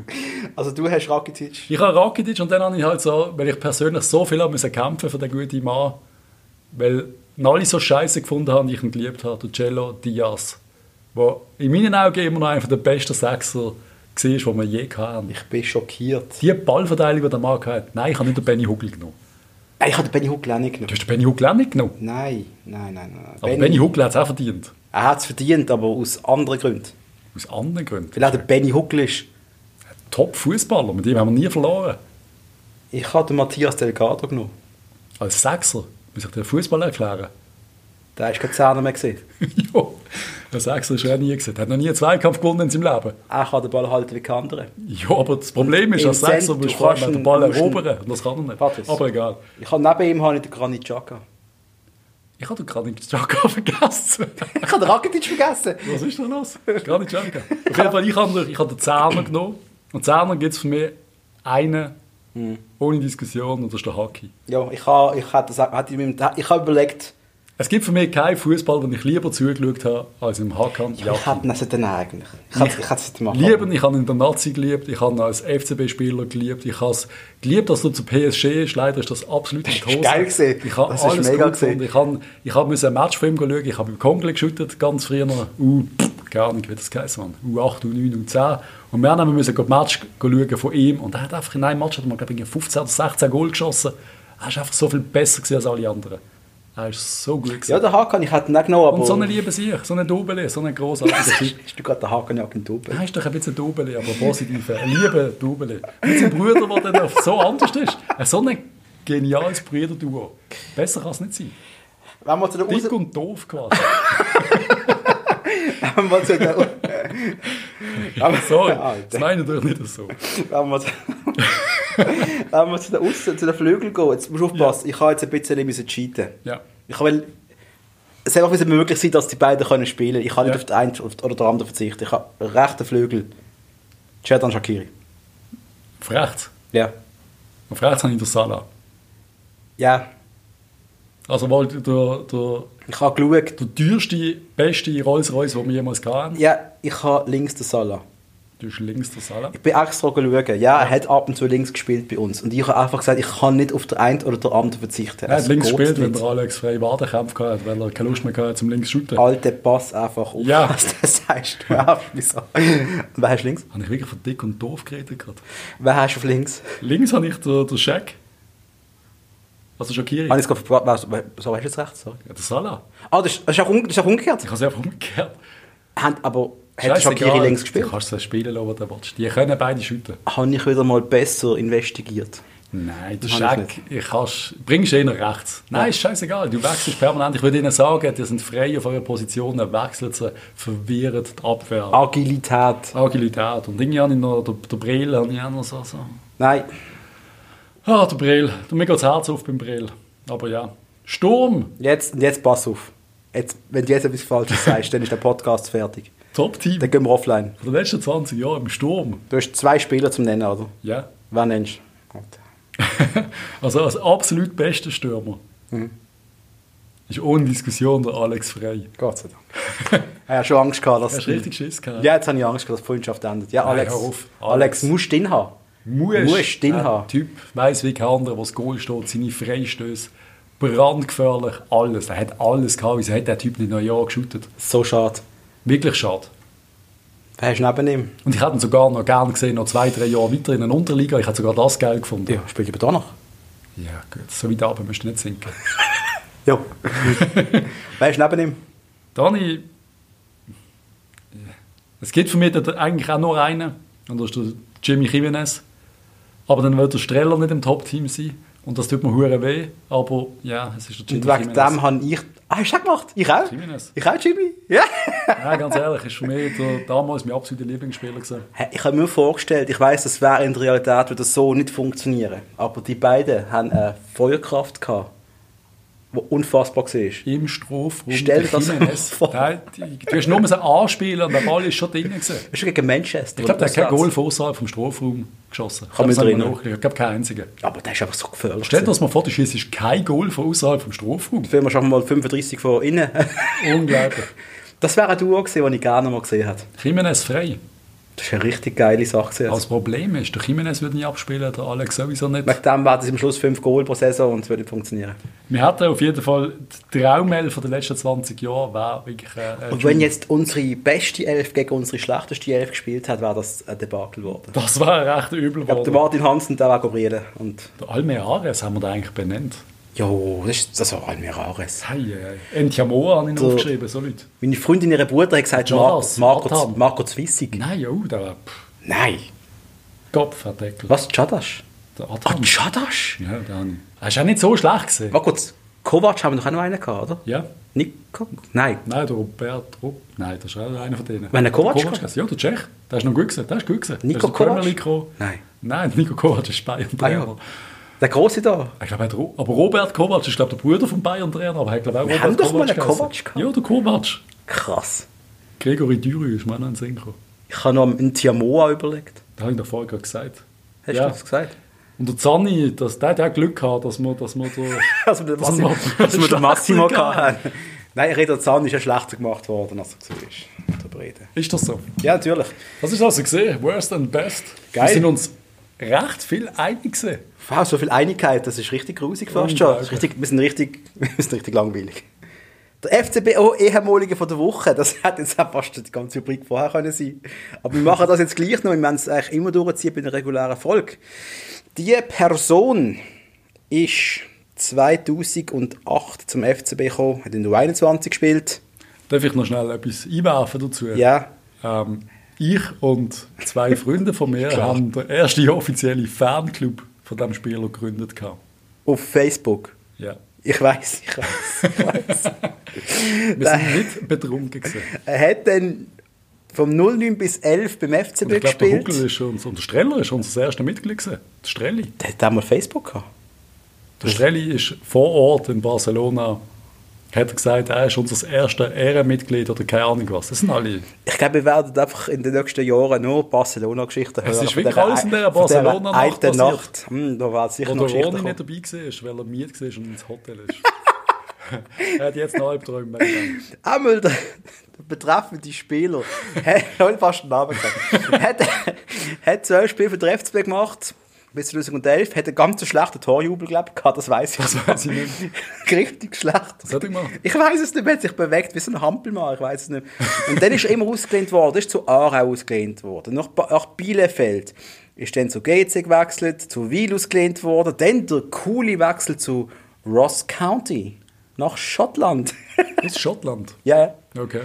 A: Also du hast Rakitic.
B: Ich habe Rakitic und dann habe ich halt so, weil ich persönlich so viel musste kämpfen für den guten Mann, weil ihn alle so scheiße gefunden haben, die ich ihn geliebt habe, der Cello Diaz, der in meinen Augen immer noch einer der besten Sechser war, den wir je hatten.
A: Ich bin schockiert.
B: Die Ballverteilung, die der Mann hat, nein, ich habe nicht den Benny Huckel genommen.
A: Ey, Ich habe Benny Huckel auch nicht
B: Du
A: genommen.
B: hast den Benny Huckel auch nicht genommen.
A: Nein, nein, nein. nein.
B: Aber Benny Huckel hat es auch verdient.
A: er hat es verdient, aber aus anderen Gründen.
B: Aus anderen Gründen.
A: Weil er der Benny Huckel ist.
B: Top-Fußballer, mit ihm haben wir nie verloren.
A: Ich habe den Matthias Delgado genommen.
B: Als Sechser muss ich dir Fußball erklären.
A: Da ist kein Zehner mehr gesehen.
B: ja, der Sechser ist er auch nie gesehen. Er hat noch nie einen Zweikampf gewonnen in seinem Leben.
A: Er kann den Ball halten wie die anderen.
B: Ja, aber das Problem ist,
A: Im
B: als Sechser
A: Zentrum
B: musst du vor allem
A: kannst
B: den Ball
A: du- musst du-
B: erobern. Und das kann er nicht.
A: Patrice.
B: Aber egal.
A: Ich habe neben ihm habe ich den Granit Xhaka.
B: Ich habe gerade den Chaka vergessen.
A: Ich habe den Rakitic vergessen.
B: Was ist denn los? Gerade Chaka. Auf jeden Fall, ich habe, ich habe den Zehner genommen. Und Zehner gibt es für mich einen
A: Hm.
B: ohne Diskussion und das ist der Haki.
A: Ja, ich habe, ich hätte das, hätte ich, mit, dem- ich habe überlegt,
B: Es gibt für mich keinen Fußball, den ich lieber zugeschaut habe, als im Hakan
A: ja, ich
B: Jaki.
A: hätte das dann eigentlich. Ich hätte, ich hätte es machen.
B: Lieben, ich habe ihn in der Nazi geliebt, ich habe ihn als FCB-Spieler geliebt, ich habe es geliebt, dass er zu PSG ist, leider ist das absolut in die
A: ist
B: Hose.
A: geil gewesen.
B: Ich habe
A: Das ist
B: alles
A: mega
B: gut gefunden.
A: gewesen.
B: Ich habe, ich habe müssen ein Match von ihm schauen, ich habe im Kongle geschüttet, ganz früher noch, U, pff, keine Ahnung, wie das geheißen hat, Uh, U8, U9, U10. Und wir haben müssen ein Match schauen von ihm und er hat einfach in einem Match, hat er, glaube ich, 15 oder 16 Goal geschossen. Er ist einfach so viel besser gewesen als alle anderen. Er ist so gut gewesen.
A: Ja, den Hakan, ich hätte ihn auch genommen, aber...
B: und so eine liebe Sieg, so eine Double, so ein großartiger Typ.
A: Hast du gerade den Hakan ja genug?
B: Nein, ist doch ein bisschen Dubeli, aber positiv. Ein lieber Dubeli. Mit seinem Bruder, der dann auf so anders ist. Ein so ein geniales Brüderduo. Besser kann es nicht sein.
A: Wenn wir zu den
B: Dick
A: Aus-
B: und doof quasi.
A: wenn wir zu den... Aber-
B: Sorry, das
A: Alter.
B: meine ich natürlich nicht so.
A: Wenn wir, zu- wenn wir zu den Aussen, zu den Flügeln gehen, jetzt musst du aufpassen, ich habe jetzt ein bisschen müssen cheaten.
B: Ja.
A: Ich will, es einfach müssen möglich sein, dass die beiden können spielen. Ich kann
B: Ja.
A: nicht auf den einen auf den- oder den anderen verzichten. Ich habe rechten Flügel. Chetan Shakiri.
B: Auf rechts.
A: Ja.
B: Auf rechts habe ich den Salah.
A: Ja.
B: Also wohl der, der,
A: Ich habe geschaut.
B: der teuerste, beste Rolls-Royce, den wir jemals hatten.
A: Ja, ich habe links den Salah.
B: Du bist links der Salah.
A: Ich bin extra geschaut. Ja, er hat ab und zu links gespielt bei uns. Und ich habe einfach gesagt, ich kann nicht auf den einen oder den anderen verzichten.
B: Er hat
A: Es
B: links
A: geht
B: gespielt, wenn
A: nicht.
B: der Alex frei Wadenkampf hatte, weil er keine Lust mehr hatte zum links zu shooten.
A: Alter, pass einfach auf.
B: Ja.
A: Das sagst du auch. Wieso? Und wer hast du links?
B: Habe ich wirklich von dick und doof geredet gerade?
A: Wer hast du auf links?
B: Links habe ich den, den Scheck. Also Shakiri.
A: Habe ich es gerade verbracht? Weißt du- So, hast du jetzt recht? Sorry.
B: Ja, der Salah.
A: Ah, das ist, das ist, auch, um, das ist auch umgekehrt.
B: Ich habe es einfach umgekehrt.
A: Haben, aber hat
B: Scheißegal.
A: Shakiri links gespielt?
B: Du kannst es spielen lassen, was du willst. Die können beide schütten.
A: Habe ich wieder mal besser investigiert.
B: Nein, der
A: Das kann
B: Scheck,
A: ich
B: ich kannst, bringst ihn rechts. Nein, ist scheißegal. Du wechselst permanent. Ich würde ihnen sagen, die sind frei auf eurer Position, wechseln sie, verwirren die Abwehr.
A: Ah. Agilität.
B: Agilität. Und irgendwie habe ich noch, der, der Brill habe ich auch noch so. so.
A: Nein.
B: Ah, der Brill. Mir geht das Herz auf beim Brill. Aber ja. Sturm.
A: Jetzt, und jetzt pass auf. Jetzt, wenn du jetzt etwas Falsches sagst, dann ist der Podcast fertig.
B: Top-Team.
A: Dann gehen wir offline.
B: Von den letzten 20 Jahren im Sturm.
A: Du hast zwei Spieler zum Nennen, oder?
B: Ja.
A: Wer nennst du?
B: Also als absolut bester Stürmer
A: Mhm.
B: ist ohne Diskussion der Alex Frey.
A: Gott sei Dank. Ich habe schon Angst gehabt, dass.
B: Hast du richtig Schiss gehabt?
A: Ja, jetzt habe ich Angst gehabt, dass die Freundschaft endet. Ja,
B: Nein,
A: Alex.
B: hör auf. Alex.
A: Alex, musst du den haben. Musst du den
B: ein
A: haben.
B: Typ weiß wie kein anderer, was Goal steht, seine Freistöße, brandgefährlich, alles. Er hat alles gehabt. Wieso hat der Typ nicht noch ein Jahr geshootet?
A: So schade.
B: Wirklich schade.
A: Wer hast du neben ihm?
B: Und ich hätte ihn sogar noch gern gesehen, noch zwei, drei Jahre weiter in der Unterliga. Ich hätte sogar das geil gefunden.
A: Ja, spielt aber da noch.
B: Ja, gut. So weit runter musst du nicht sinken.
A: Ja. Wer ist neben ihm?
B: Dani, es gibt für mich dort eigentlich auch nur einen. Und das ist der Jimmy Jimenez. Aber dann wird der Streller nicht im Top-Team sein. Und das tut mir hure weh. Aber ja, es ist der Jimmy
A: Und wegen
B: Jimenez.
A: dem habe ich. Ah, hast du das gemacht? Ich auch?
B: Jimenez.
A: Ich auch, Jimmy? Ja.
B: Ja, ganz ehrlich, ist für mich der, damals mein absoluter Lieblingsspieler gewesen.
A: Hey, Ich habe mir vorgestellt, ich weiß, das wäre in der Realität würde das so nicht funktionieren. Aber die beiden haben eine Feuerkraft gehabt, die unfassbar war.
B: Im Strafraum
A: Stell dir
B: der
A: das
B: Jimenez.
A: vor.
B: Der, die, du hast nur mal so anspielen und der Ball ist schon drin gewesen.
A: Das ist gegen Manchester.
B: Ich glaube, der hat kein
A: oder?
B: Goal von außerhalb vom Strafraum geschossen.
A: Kann mich
B: Ich glaub, das haben wir
A: erinnern.
B: noch- Ich glaube, keinen einzigen.
A: Aber der ist einfach so gefährlich.
B: Stell dir das mal vor, du schießt kein Goal von außerhalb vom Strafraum.
A: Filmen schon mal 35 von innen.
B: Unglaublich.
A: Das wäre ein Duo gewesen, das ich gerne mal gesehen hätte.
B: Jimenez frei.
A: Das war eine richtig geile Sache. Gewesen.
B: Das Problem ist, der Jimenez wird nicht abspielen, der Alex sowieso nicht.
A: Wegen dem wären es am Schluss 5 Goal pro Saison und es würde nicht funktionieren.
B: Wir hatten auf jeden Fall die Traumelf der letzten 20 Jahre, war wirklich äh,
A: Und wenn jetzt unsere beste Elf gegen unsere schlechteste Elf gespielt hat, wäre das ein Debakel geworden.
B: Das war recht übel
A: Ich glaube, der
B: geworden.
A: Martin Hansen, der wäre gebrüllt. Und
B: Der Almeares haben wir da eigentlich benannt.
A: Jo, das ist das war Almirares.
B: Hey, äh, Entiamoa habe ich noch
A: Der-
B: aufgeschrieben, so Leute.
A: Meine Freundin, ihre Bruder, hat gesagt, Mar
B: Jonas,
A: Marco,
B: Nathan.
A: Marco Zwissig.
B: Nein, oh, der war pff,
A: Nein.
B: Kopfverdeckel.
A: Was? Chadasch?
B: Der
A: Ah,
B: Adam.
A: Chadasch?
B: Ja, der habe ich. Er ist auch nicht so schlecht gesehen.
A: Marco Z- Kovac haben wir doch auch noch einen gehabt, oder?
B: Ja.
A: Nico? Nein.
B: Nein, der Robert Rupp. Nein, das ist auch einer von denen.
A: Wenn der Kovac
B: heißt, Ja, der Tschech. Der ist noch gut gewesen. Der ist gut gewesen. Der
A: Nico
B: ist in die Premier
A: Kovac?
B: League gekommen.
A: Nein.
B: Nein, Nico Kovac ist
A: Ah, ja.
B: Bayern-Trainer.
A: Der Große da.
B: Ich glaube, er hat Ro- aber Robert Kovac ist, glaube ich, der Bruder von Bayern-Trainer. Aber er hat, glaube ich, auch
A: Wir haben doch mal einen
B: geheißen.
A: Kovac gehabt.
B: Ja, der Kovac.
A: Krass.
B: Gregory Dürü ist mir auch noch in den Sinn gekommen.
A: Ich habe noch einen Tiamoa überlegt.
B: Das habe ich doch vorher gerade gesagt.
A: Hast
B: Ja.
A: du das gesagt?
B: Und der Zanni, das, der hat auch Glück gehabt, dass wir, dass wir so...
A: Dass wir den
B: Dass wir-
A: Also Massimo, dass wir den Massimo
B: Schlechter
A: hatten. Nein, Redo Zahn ist ja schlechter gemacht worden, als er war. Darüber reden.
B: ist das so?
A: Ja, natürlich.
B: Das ist also gesehen. Worst and best.
A: Geil.
B: Wir sind uns recht viel einig gewesen.
A: Wow, so viel Einigkeit, das ist richtig grusig fast schon. Das ist Richtig, wir, sind richtig, wir sind richtig langweilig. Der FCBO ehemalige oh, von der Woche, das hätte jetzt auch fast die ganze Rubrik vorher können sein Aber wir machen das jetzt gleich noch, wir müssen es eigentlich immer durchziehen bei einer regulären Folge. Die Person ist 2008 zum FCB gekommen, hat in der U21 gespielt.
B: Darf ich noch schnell etwas einwerfen dazu?
A: Ja,
B: Ähm, ich und zwei Freunde von mir
A: Klar.
B: haben den ersten offiziellen Fanclub von diesem Spieler gegründet. gehabt.
A: auf Facebook.
B: Ja.
A: Ich weiß, ich weiß, ich weiß.
B: Wir sind nicht betrunken. Gewesen.
A: Er hat dann vom 09 bis 11 beim
B: Und
A: FCB
B: ich glaube, der
A: gespielt.
B: Huckel ist uns, und der Streller ist unser erstes Mitglied. Gewesen. Der Strelli.
A: Der hat damals Facebook gehabt.
B: Der Strelli ist vor Ort in Barcelona. Hat er gesagt, er ist unser erstes Ehrenmitglied oder keine Ahnung was. Das sind alle.
A: Ich glaube, wir werden einfach in den nächsten Jahren nur Barcelona-Geschichten hören.
B: ist
A: Von
B: wirklich
A: dieser
B: alles in dieser
A: ein- von dieser
B: Barcelona-Nacht
A: einen
B: passiert.
A: Nacht. Hm, da werden sicher noch
B: Oder
A: Geschichten
B: Ronny nicht
A: kommen.
B: dabei war, weil er miet war und ins Hotel ist. er hat jetzt noch Albträume.
A: Einmal der, der betreffende Spieler hat schon fast einen Namen gehabt. hat, hat zwölf Spiele für den FCB gemacht. Bis 2011 hat einen ganz schlechten Torjubel glaub, gehabt, das weiß ich.
B: Das weiß ich nicht.
A: Richtig schlecht.
B: Was hat er gemacht?
A: Ich weiß es nicht, er hat sich bewegt wie so ein Hampelmann, ich weiß es nicht. Und dann ist er immer ausgelehnt worden, ist zu Aarau ausgelehnt worden, nach, Ba- nach Bielefeld, ist dann zu GC gewechselt, zu Wiel ausgelehnt worden, dann der coole Wechsel zu Ross County, nach Schottland.
B: Ist Schottland.
A: Ja, ja.
B: Okay.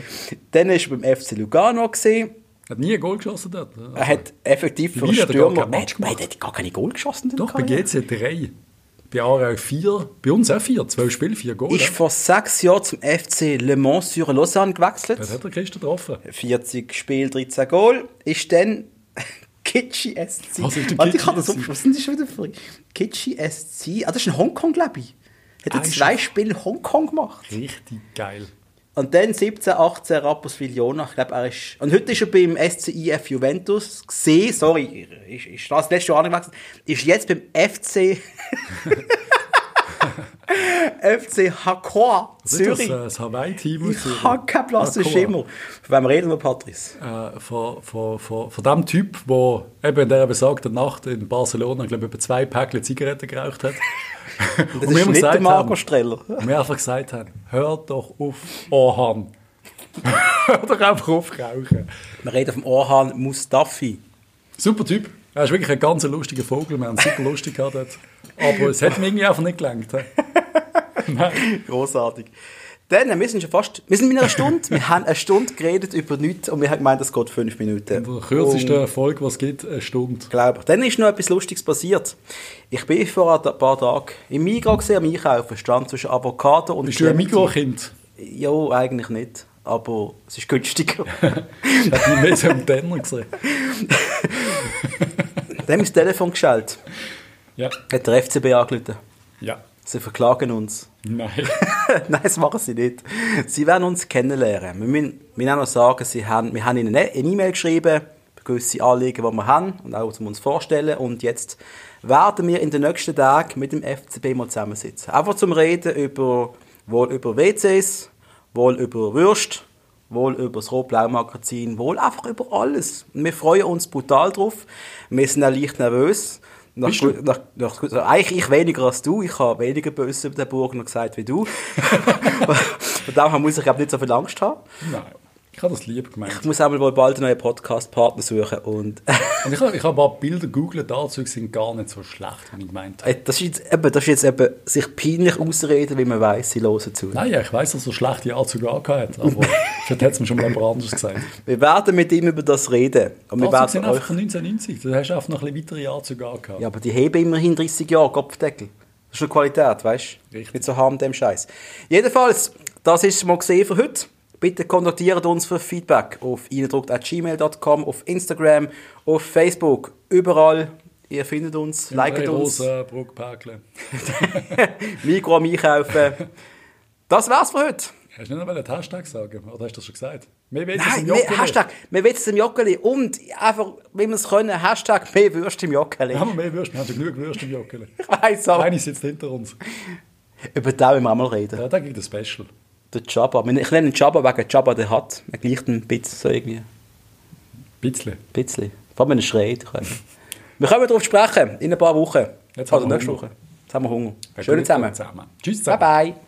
A: Dann ist er beim FC Lugano gewesen.
B: Hat nie ein Goal geschossen dort. ne? Also,
A: Er hat effektiv für einen
B: Wiel hat er gar
A: Stürmer...
B: keinen Match
A: Nein,
B: gemacht.
A: der hat gar keine Goal geschossen.
B: Doch, bei
A: Lugano.
B: GC 3. Bei Aarau 4. Bei uns auch 4. 12 Spiele, 4 Goal.
A: Ist vor sechs Jahren zum FC Le Mans sur Lausanne gewechselt.
B: Das hat der Christen getroffen.
A: 40 Spiel, 13 Goal, ist dann Kitschi SC.
B: Was ist denn
A: Warte,
B: Kitschi
A: ich kann das
B: SC?
A: umschreiben. Was sind das schon wieder für Kitschi SC? Ah, das ist in Hongkong, glaube ich. Hat
B: Ah,
A: er
B: ist
A: zwei
B: er-
A: Spiele in Hongkong gemacht.
B: Richtig geil.
A: Und dann 17, 18 Rapperswil Jona. Ich glaube, er ist. Und heute ist er beim SCIF Juventus gesehen. Sorry, ist, ist das letzte Jahr angewachsen. Ist jetzt beim FC. FC Hakor
B: Was ist das,
A: Zürich.
B: äh, das Hawaii-Team? aus Zürich?
A: Ich habe keinen blassen
B: Hakor.
A: Schimmer. Von wem reden wir, Patrice?
B: äh, von, von, von, von dem Typ, wo eben der besagten Nacht in Barcelona, glaube ich, über zwei Päckchen Zigaretten geraucht hat. Und,
A: Das ist
B: immer
A: nicht der Marco
B: haben,
A: Streller.
B: und wir einfach gesagt haben, hör doch auf, Ohan. hör doch einfach auf, rauchen.
A: Wir reden vom Orhan Mustafi.
B: Super Typ. Er ist wirklich ein ganz lustiger Vogel. Wir haben super lustig gehabt dort. Aber es hat mir irgendwie einfach nicht gelangt. hä?
A: Großartig. Dann, äh, wir sind schon fast, wir sind in einer Stunde, wir haben eine Stunde geredet über nichts und wir haben gemeint, es geht fünf Minuten.
B: Der kürzeste
A: Oh.
B: Erfolg, was es gibt, eine Stunde.
A: glaube ich. Dann ist noch etwas Lustiges passiert. Ich bin vor ein paar Tagen im Migros gewesen, am Einkaufen, stand zwischen Avocado und
B: Bist du ein
A: Clementine.
B: Mikrokind?
A: Ja, eigentlich nicht, aber es ist günstiger.
B: Ich habe mich mehr so im Denner gesehen.
A: Dann ist das Telefon geschaltet,
B: Ja.
A: hat der FCB angerufen.
B: Ja.
A: Sie verklagen uns.
B: Nein.
A: Nein, das machen sie nicht. Sie werden uns kennenlernen. Wir müssen, wir müssen auch noch sagen, sie haben, wir haben ihnen eine eine E-Mail geschrieben, gewisse Anliegen, die wir haben und auch, um uns vorstellen. Und jetzt werden wir in den nächsten Tagen mit dem FCB mal zusammensitzen. Einfach zum Reden über, wohl über WCs, wohl über Würst, wohl über das Rot-Blau-Magazin, wohl einfach über alles. Und wir freuen uns brutal drauf. Wir sind auch leicht nervös. Nach,
B: Bist du?
A: nach, nach, also eigentlich ich weniger als du. Ich habe weniger Böses über den Burg noch gesagt wie du. Und daher muss ich glaube nicht so viel Angst haben.
B: Nein, ich habe das lieb gemeint.
A: Ich muss auch mal wohl bald einen neuen Podcast-Partner suchen. Und
B: Und ich habe ich habe ein paar Bilder gegoogelt, die Anzüge sind gar nicht so schlecht, wie ich gemeint habe.
A: Äh, das ist jetzt eben, das ist jetzt eben sich peinlich ausreden, wie man weiß, sie hören zu.
B: Nein, ja, ich weiß, dass er schlechte Anzüge angehört hat, aber vielleicht hat es mir schon mal jemand anders gesagt.
A: Wir werden mit ihm über das reden. Und
B: Die
A: wir
B: Anzüge sind
A: werden
B: einfach
A: euch,
B: von 1990, da hast du einfach noch ein bisschen weitere Anzüge angehört.
A: ja, aber die heben immerhin 30 Jahre Kopfdeckel. Das ist eine Qualität, weißt du?
B: Richtig.
A: Nicht so harm dem Scheiß. Jedenfalls, das ist es mal gesehen für heute. Bitte kontaktiert uns für Feedback auf eindruckt.gmail.com, auf Instagram, auf Facebook, überall. Ihr findet uns, liket uns.
B: Rosen, Bruckpäckle.
A: Mikro am Einkaufen. Das war's für heute.
B: Hast du nicht noch einen Hashtag sagen? Oder hast du das schon gesagt? Mehr will
A: Nein, mehr, Hashtag, Also, wir wissen es im Joggeli und einfach, wie wir es können, Hashtag mehr Würste im Joggeli.
B: Haben wir mehr Würste? Wir haben schon genug Würste im Jockeli.
A: Ich weiss aber.
B: Eine sitzt hinter uns.
A: Über den wollen wir auch mal reden.
B: Ja, da gibt es Special.
A: Der Jabba. Ich nenne ihn Jabba wegen Jabba, der hat. Er gleicht ein bisschen, so irgendwie. Ein
B: Bisschen.
A: bisschen. Vor allem, wenn er schreit. ich weiß. Wir können darauf sprechen, in ein paar Wochen.
B: Jetzt haben
A: Oder
B: wir
A: nächste
B: Hunger.
A: Woche. Jetzt haben wir Hunger.
B: Ja,
A: Schön
B: gut,
A: zusammen.
B: zusammen. Tschüss zusammen.
A: Bye-bye.